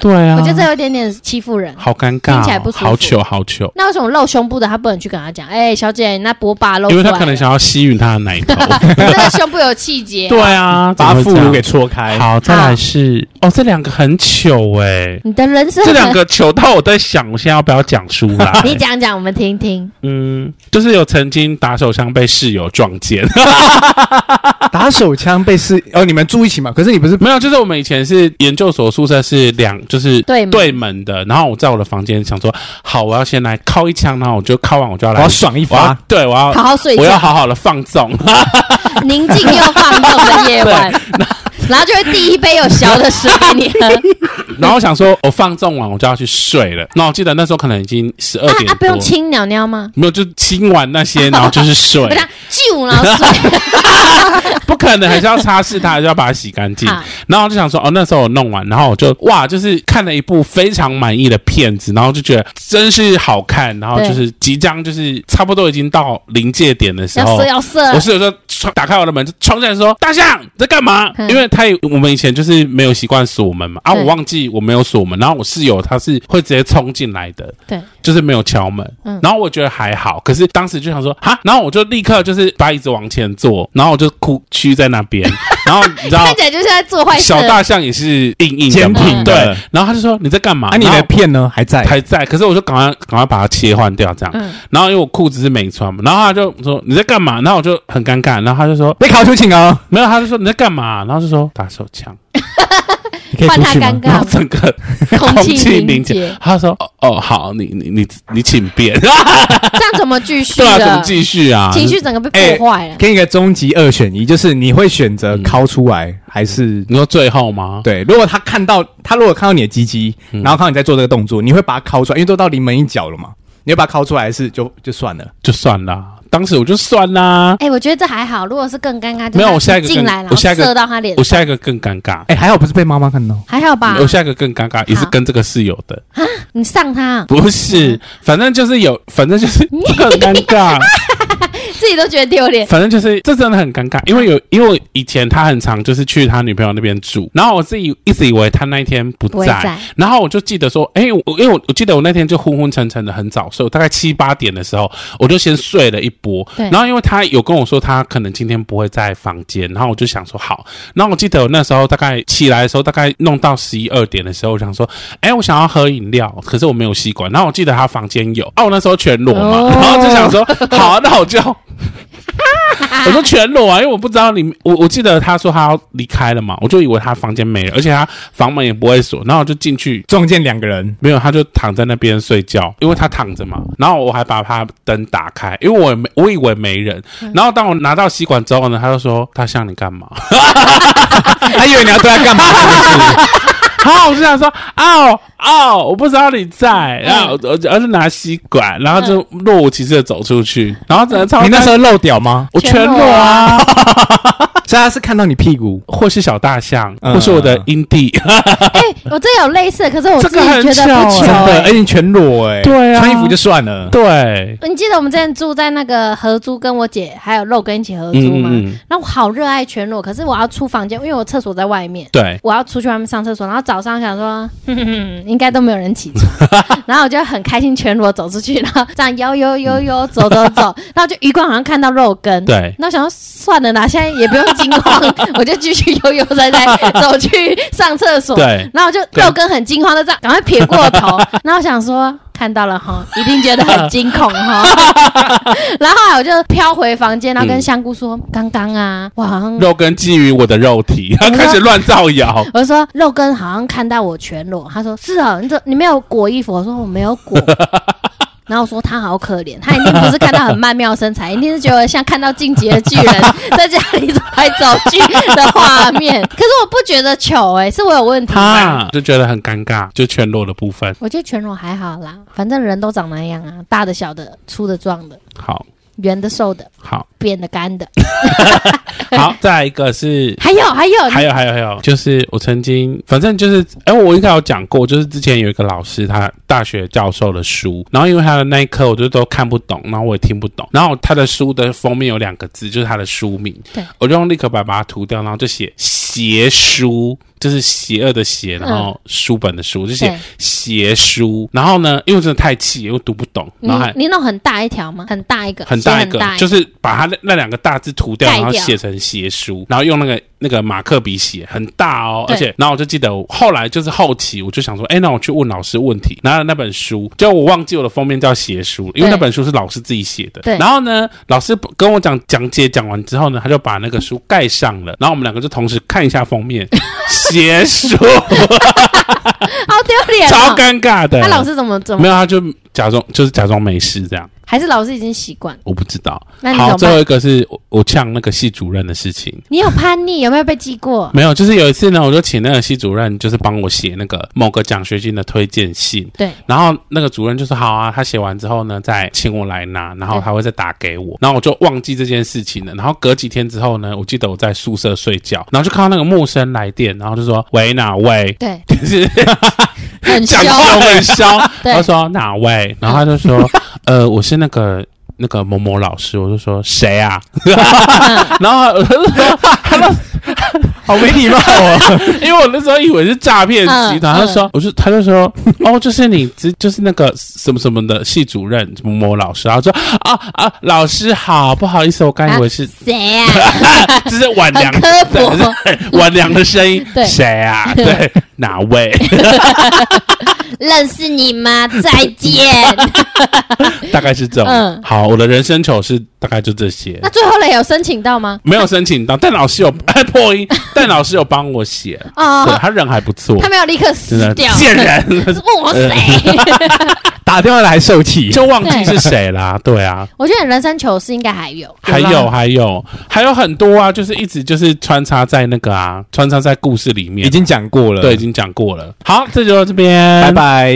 Speaker 1: 对啊，
Speaker 2: 觉得这有一点点欺负人。
Speaker 1: 好尴尬哦，
Speaker 2: 听起来不舒服
Speaker 1: 好糗好糗，
Speaker 2: 那为什么露胸部的他不能去跟他讲？哎，小姐，你那波霸哦露出
Speaker 1: 因
Speaker 2: 来
Speaker 1: 为他
Speaker 2: 了，
Speaker 1: 可能想要吸吮他的
Speaker 2: *laughs*
Speaker 1: 奶头。
Speaker 2: 这个胸部有气节。
Speaker 1: 对啊，
Speaker 3: 把
Speaker 1: 怎
Speaker 3: 副
Speaker 1: 么会这
Speaker 3: 乳
Speaker 1: 样
Speaker 3: 给戳开。
Speaker 1: 好，再来是哦，这两个很糗哎、
Speaker 2: 你的人生
Speaker 1: 这
Speaker 2: 很？
Speaker 1: 两个糗到我在想，我现在要不要讲出来
Speaker 2: *laughs* 你讲讲，我们听听。
Speaker 1: 嗯，就是有曾经打手枪被室友撞见， *laughs*
Speaker 3: 打手枪被是哦，你们住一起嘛？可是你不是
Speaker 1: 没有，就是我们以前是研究所宿宿舍是两就是
Speaker 2: 对门
Speaker 1: 对门的，然后我在我的房间想说，好，我要先来敲一枪，然后我就敲完我就要
Speaker 3: 我
Speaker 1: 来，
Speaker 3: 要爽一
Speaker 1: 我要
Speaker 3: 发。
Speaker 1: 对我要
Speaker 2: 好好睡
Speaker 1: 我要
Speaker 2: 觉，
Speaker 1: 好好的放纵， *laughs*
Speaker 2: 宁静又放纵的夜晚，然后就会第一杯有小的水给你
Speaker 1: *laughs*
Speaker 2: 喝。
Speaker 1: 然后我想说我放纵完我就要去睡了，那我记得那时候可能已经十二
Speaker 2: 啊
Speaker 1: 点
Speaker 2: 啊，不用
Speaker 1: 多
Speaker 2: 亲鸟鸟吗？
Speaker 1: 没有，就清完那些，然后就是睡
Speaker 2: *laughs* 不，啊然就啊老
Speaker 1: *laughs*
Speaker 2: 水。
Speaker 1: 不可能，还是要擦拭它，还是要把它洗干净。
Speaker 2: 好
Speaker 1: 然后我就想说，哦，那时候我弄完，然后我就哇，就是看了一部非常满意的片子，然后就觉得真是好看，然后
Speaker 2: 对
Speaker 1: 就是即将就是差不多已经到临界点的时
Speaker 2: 要
Speaker 1: 候
Speaker 2: 射。要啊射
Speaker 1: 我，室友就冲打开我的门，就冲进来说：“大象你在干嘛？”
Speaker 2: 嗯
Speaker 1: 因为他也我们以前就是没有习惯锁门嘛，啊，
Speaker 2: 对
Speaker 1: 我忘记我没有锁门，然后我室友他是会直接冲进来的，
Speaker 2: 对，
Speaker 1: 就是没有敲门，
Speaker 2: 嗯
Speaker 1: 然后我觉得还好，可是当时就想说哈，然后我就立刻就是把椅子往前坐，然后我就哭屈在那
Speaker 2: *laughs*
Speaker 1: 边，然后你知道
Speaker 2: 看起来就是在做坏事。嗯
Speaker 1: 小大象也是硬硬的
Speaker 3: 坚
Speaker 1: 嘛
Speaker 3: 挺
Speaker 1: 对
Speaker 3: 的，
Speaker 1: 然后他就说你在干嘛？
Speaker 3: 嗯啊，你
Speaker 1: 然
Speaker 3: 的
Speaker 1: 后
Speaker 3: 片呢还在？
Speaker 1: 还在，可是我就赶快赶快把它切换掉这样， *laughs*
Speaker 2: 嗯
Speaker 1: 然后因为我裤子是没穿嘛，然后他就说你在干嘛？然后我就很尴尬，然后他就说
Speaker 3: 被考出请哦，
Speaker 1: 没有，他就说你在干嘛？然后就说打手枪，
Speaker 3: 你可以
Speaker 2: 换
Speaker 3: 出
Speaker 2: 他
Speaker 3: 去
Speaker 2: 尴
Speaker 3: 吗？
Speaker 1: 然后
Speaker 2: 尬，
Speaker 1: 整个
Speaker 2: 空气
Speaker 1: 凝
Speaker 2: 凝
Speaker 1: 结
Speaker 2: 结，，
Speaker 1: 他说哦哦好，你你你你请便，
Speaker 2: 啊这样怎么继续
Speaker 1: *laughs* 对啊，怎么
Speaker 2: 的？
Speaker 1: 继续哎啊？
Speaker 2: 情绪整个被破坏了。
Speaker 3: 给你个终极二选一，就是你会选择考出来还是？
Speaker 1: 你说最后吗？
Speaker 3: 对，如果他看到他如果看到你的鸡鸡，然后看到你在做这个动作，你会把它敲出来，因为都到临门一脚了嘛，你会把它敲出来还是就就算了？
Speaker 1: 就算啦，当时我就算啦。
Speaker 2: 哎、我觉得这还好。如果是更尴尬，就是
Speaker 1: 没有
Speaker 2: 他
Speaker 1: 我下一个
Speaker 2: 进
Speaker 1: 更
Speaker 2: 来然后
Speaker 1: 我下一个
Speaker 2: 射到他脸
Speaker 1: 我，下一个更尴尬，
Speaker 3: 哎，还好不是被妈妈看到，
Speaker 2: 还好吧
Speaker 1: 我？下一个更尴尬，也是
Speaker 2: 好
Speaker 1: 跟这个室友的，
Speaker 2: 你上他，啊
Speaker 1: 不是，反正就是有，反正就是很尴尬，
Speaker 2: 自己都觉得丢脸。
Speaker 1: 反正就是这真的很尴尬，因为有，因为我以前他很常就是去他女朋友那边住，然后我自己一直以为他那一天不
Speaker 2: 不会
Speaker 1: 在，
Speaker 2: 在
Speaker 1: 然后我就记得说，哎、我因为我我记得我那天就昏昏沉沉的很早睡，我大概七八点的时候，我就先睡了一波。
Speaker 2: 对
Speaker 1: 然后因为他有跟我说他可能今天不会在房间，然后我就想说好。然后我记得我那时候大概起来的时候，大概弄到十一二点的时候，我想说，哎、我想要喝饮料，可是我没有吸管。然后我记得他房间有，啊，我那时候全裸嘛，
Speaker 2: 哦
Speaker 1: 然后就想说，好、啊，那我就。我说全裸啊，因为我不知道你，我我记得他说他要离开了嘛，我就以为他房间没了，而且他房门也不会锁，然后我就进去
Speaker 3: 撞见两个人，
Speaker 1: 没有，他就躺在那边睡觉，因为他躺着嘛。然后我还把他灯打开，因为我也没我以为没人。然后当我拿到吸管之后呢，他就说他像你干嘛？ *laughs*
Speaker 3: 还以为你要对他 *laughs* 干嘛？
Speaker 1: 然后我就想说，哦哦，我不知道你在，然后我就我就拿吸管，然后就若无其事的走出去，然后整个超
Speaker 3: 你那时
Speaker 1: 候
Speaker 3: 候漏屌吗？
Speaker 1: 我全裸啊，
Speaker 3: 所以他是看到你屁股，
Speaker 1: 或是小大象，
Speaker 3: 嗯
Speaker 1: 或是我的阴蒂，
Speaker 2: 哎、我这有类似，可是我
Speaker 1: 这
Speaker 2: 自
Speaker 1: 个
Speaker 2: 己觉得
Speaker 1: 很巧啊
Speaker 2: 不糗、
Speaker 3: 真的，
Speaker 2: 哎
Speaker 3: 而且你全裸哎，
Speaker 1: 对啊
Speaker 3: 穿衣服就算了，
Speaker 1: 对，
Speaker 2: 你记得我们之前住在那个合租，跟我姐还有肉跟一起合租吗？
Speaker 1: 嗯嗯嗯
Speaker 2: 那我好热爱全裸，可是我要出房间，因为我厕所在外面。
Speaker 1: 对，
Speaker 2: 我要出去外面上厕所，然后早上想说， *laughs* 哼哼哼，应该都没有人起
Speaker 1: *laughs*
Speaker 2: 床，然后我就很开心全裸走出去，然后这样悠悠悠悠走走走，然后就余光好像看到肉根，
Speaker 1: 对，
Speaker 2: 那我想说算了啦，现在也不用惊
Speaker 1: *laughs*
Speaker 2: 慌，我就继续悠悠哉哉走去上厕所，
Speaker 1: 对，
Speaker 2: 然后我就肉根很惊慌的这样，赶快撇过头，然后我想说看到了哈，一定觉得很惊恐哈，然后后来我就飘回房间，然后跟香菇说，刚刚啊，我好像
Speaker 1: 肉根基于我的肉体，他开始乱造谣。
Speaker 2: 我就说肉根好像看到我全裸，他说是哦，你怎你没有裹衣服？我说我没有裹。然后我说他好可怜，他一定不是看到很曼妙的身材，一定是觉得像看到进击的巨人在家里走来走去的画面。可是我不觉得糗哎、是我有问题吗？
Speaker 1: 啊他就觉得很尴尬，就全裸的部分。
Speaker 2: 我觉得全裸还好啦，反正人都长那样啊，大的、小的、粗的、壮的、
Speaker 1: 好
Speaker 2: 圆的、瘦的、
Speaker 1: 好
Speaker 2: 扁的、干的，
Speaker 1: 好，再来一个是
Speaker 2: 还有还有
Speaker 1: 还有还有还有，就是我曾经，反正就是，哎、我应该有讲过，就是之前有一个老师，他大学教授的书，然后因为他的那一科我就都看不懂，然后我也听不懂，然后他的书的封面有两个字，就是他的书名，
Speaker 2: 对，
Speaker 1: 我就用立刻把把它涂掉，然后就写邪书。就是邪恶的邪，然后书本的书，就写
Speaker 2: 对
Speaker 1: 邪书。然后呢，因为真的太气，又读不懂，
Speaker 2: 你
Speaker 1: 然后还
Speaker 2: 你弄很大一条吗？很大一个，
Speaker 1: 很
Speaker 2: 写
Speaker 1: 大一
Speaker 2: 很
Speaker 1: 个
Speaker 2: 大，一
Speaker 1: 就是把它那那两个大字涂掉，
Speaker 2: 盖
Speaker 1: 然后
Speaker 2: 掉
Speaker 1: 写成斜书，然后用那个那个马克笔写很大哦，
Speaker 2: 对
Speaker 1: 而且然后我就记得我后来就是后期我就想说，哎，那我去问老师问题，拿了那本书，就我忘记我的封面叫写书了，因为
Speaker 2: 对
Speaker 1: 那本书是老师自己写的。
Speaker 2: 对
Speaker 1: 然后呢，老师跟我讲讲解讲完之后呢，他就把那个书盖上了，然后我们两个就同时看一下封面，写
Speaker 2: *laughs*
Speaker 1: 书，
Speaker 2: 好丢脸、哦，
Speaker 1: 超尴尬的。
Speaker 2: 那老师怎么怎
Speaker 1: 没
Speaker 2: 么？
Speaker 1: 有，他就假装就是假装没事这样，
Speaker 2: 还是老师已经习惯？
Speaker 1: 我不知道。
Speaker 2: 那你怎
Speaker 1: 好，
Speaker 2: 么
Speaker 1: 最
Speaker 2: 办？
Speaker 1: 后一个是我我呛那个系主任的事情。
Speaker 2: 你有叛逆？有没有被记过？
Speaker 1: 没有，就是有一次呢，我就请那个系主任，就是帮我写那个某个奖学金的推荐信。
Speaker 2: 对，
Speaker 1: 然后那个主任就说好啊，他写完之后呢，再请我来拿，然后他会再打给我。然后我就忘记这件事情了。然后隔几天之后呢，我记得我在宿舍睡觉，然后就看到那个陌生来电，然后就说喂哪位， *laughs*
Speaker 2: 对，
Speaker 1: 就是
Speaker 2: 很凶
Speaker 1: 讲，话很嚣，
Speaker 2: *laughs* 对
Speaker 1: 他说哪位，然后他就
Speaker 2: *laughs*
Speaker 1: 说呃我是那个。那个某某老师，我就说谁啊？
Speaker 2: *laughs*
Speaker 1: 然后我就说他们
Speaker 3: 好没礼貌
Speaker 2: *laughs*
Speaker 3: 哦。
Speaker 1: 啊因为我那时候以为是诈骗集团，
Speaker 2: 嗯
Speaker 1: 他就说
Speaker 2: 嗯，
Speaker 1: 我就他就说，哦，就是你，只就是那个什么什么的系主任某某老师，然后说啊啊，老师好，不好意思，我刚以为是，
Speaker 2: 谁
Speaker 1: *laughs*
Speaker 2: 呀？
Speaker 1: 这是晚
Speaker 2: 很
Speaker 1: 娘，
Speaker 2: 刻薄，
Speaker 1: 晚娘的声音，
Speaker 2: 对
Speaker 1: 谁啊？
Speaker 2: *laughs*
Speaker 1: 对，哪位？
Speaker 2: 认识你吗？再见。
Speaker 1: 大概是这种
Speaker 2: 嗯。
Speaker 1: 好，我的人生糗事大概就这些
Speaker 2: *laughs* 那。最后嘞有申请到吗？
Speaker 1: 没有申请到，但老师有 *laughs* 破音，但老师有帮我写，对
Speaker 2: 哦，
Speaker 1: 他人还不错
Speaker 2: 他，没有立刻
Speaker 1: 真
Speaker 2: 死
Speaker 1: 的
Speaker 2: 掉，
Speaker 1: 贱人，
Speaker 2: 是问我
Speaker 1: *laughs*
Speaker 2: 谁？
Speaker 3: 打电话来还受气，
Speaker 1: 就忘记是谁啦，对啊。
Speaker 2: 我觉得你人生糗事应该还有，
Speaker 1: 还有
Speaker 3: 有
Speaker 1: 还有还有很多啊，就是一直就是穿插在那个啊，穿插在故事里面，
Speaker 3: 已经讲过了，
Speaker 1: 对已经讲过了。好，这就到这边，
Speaker 3: 拜。拜。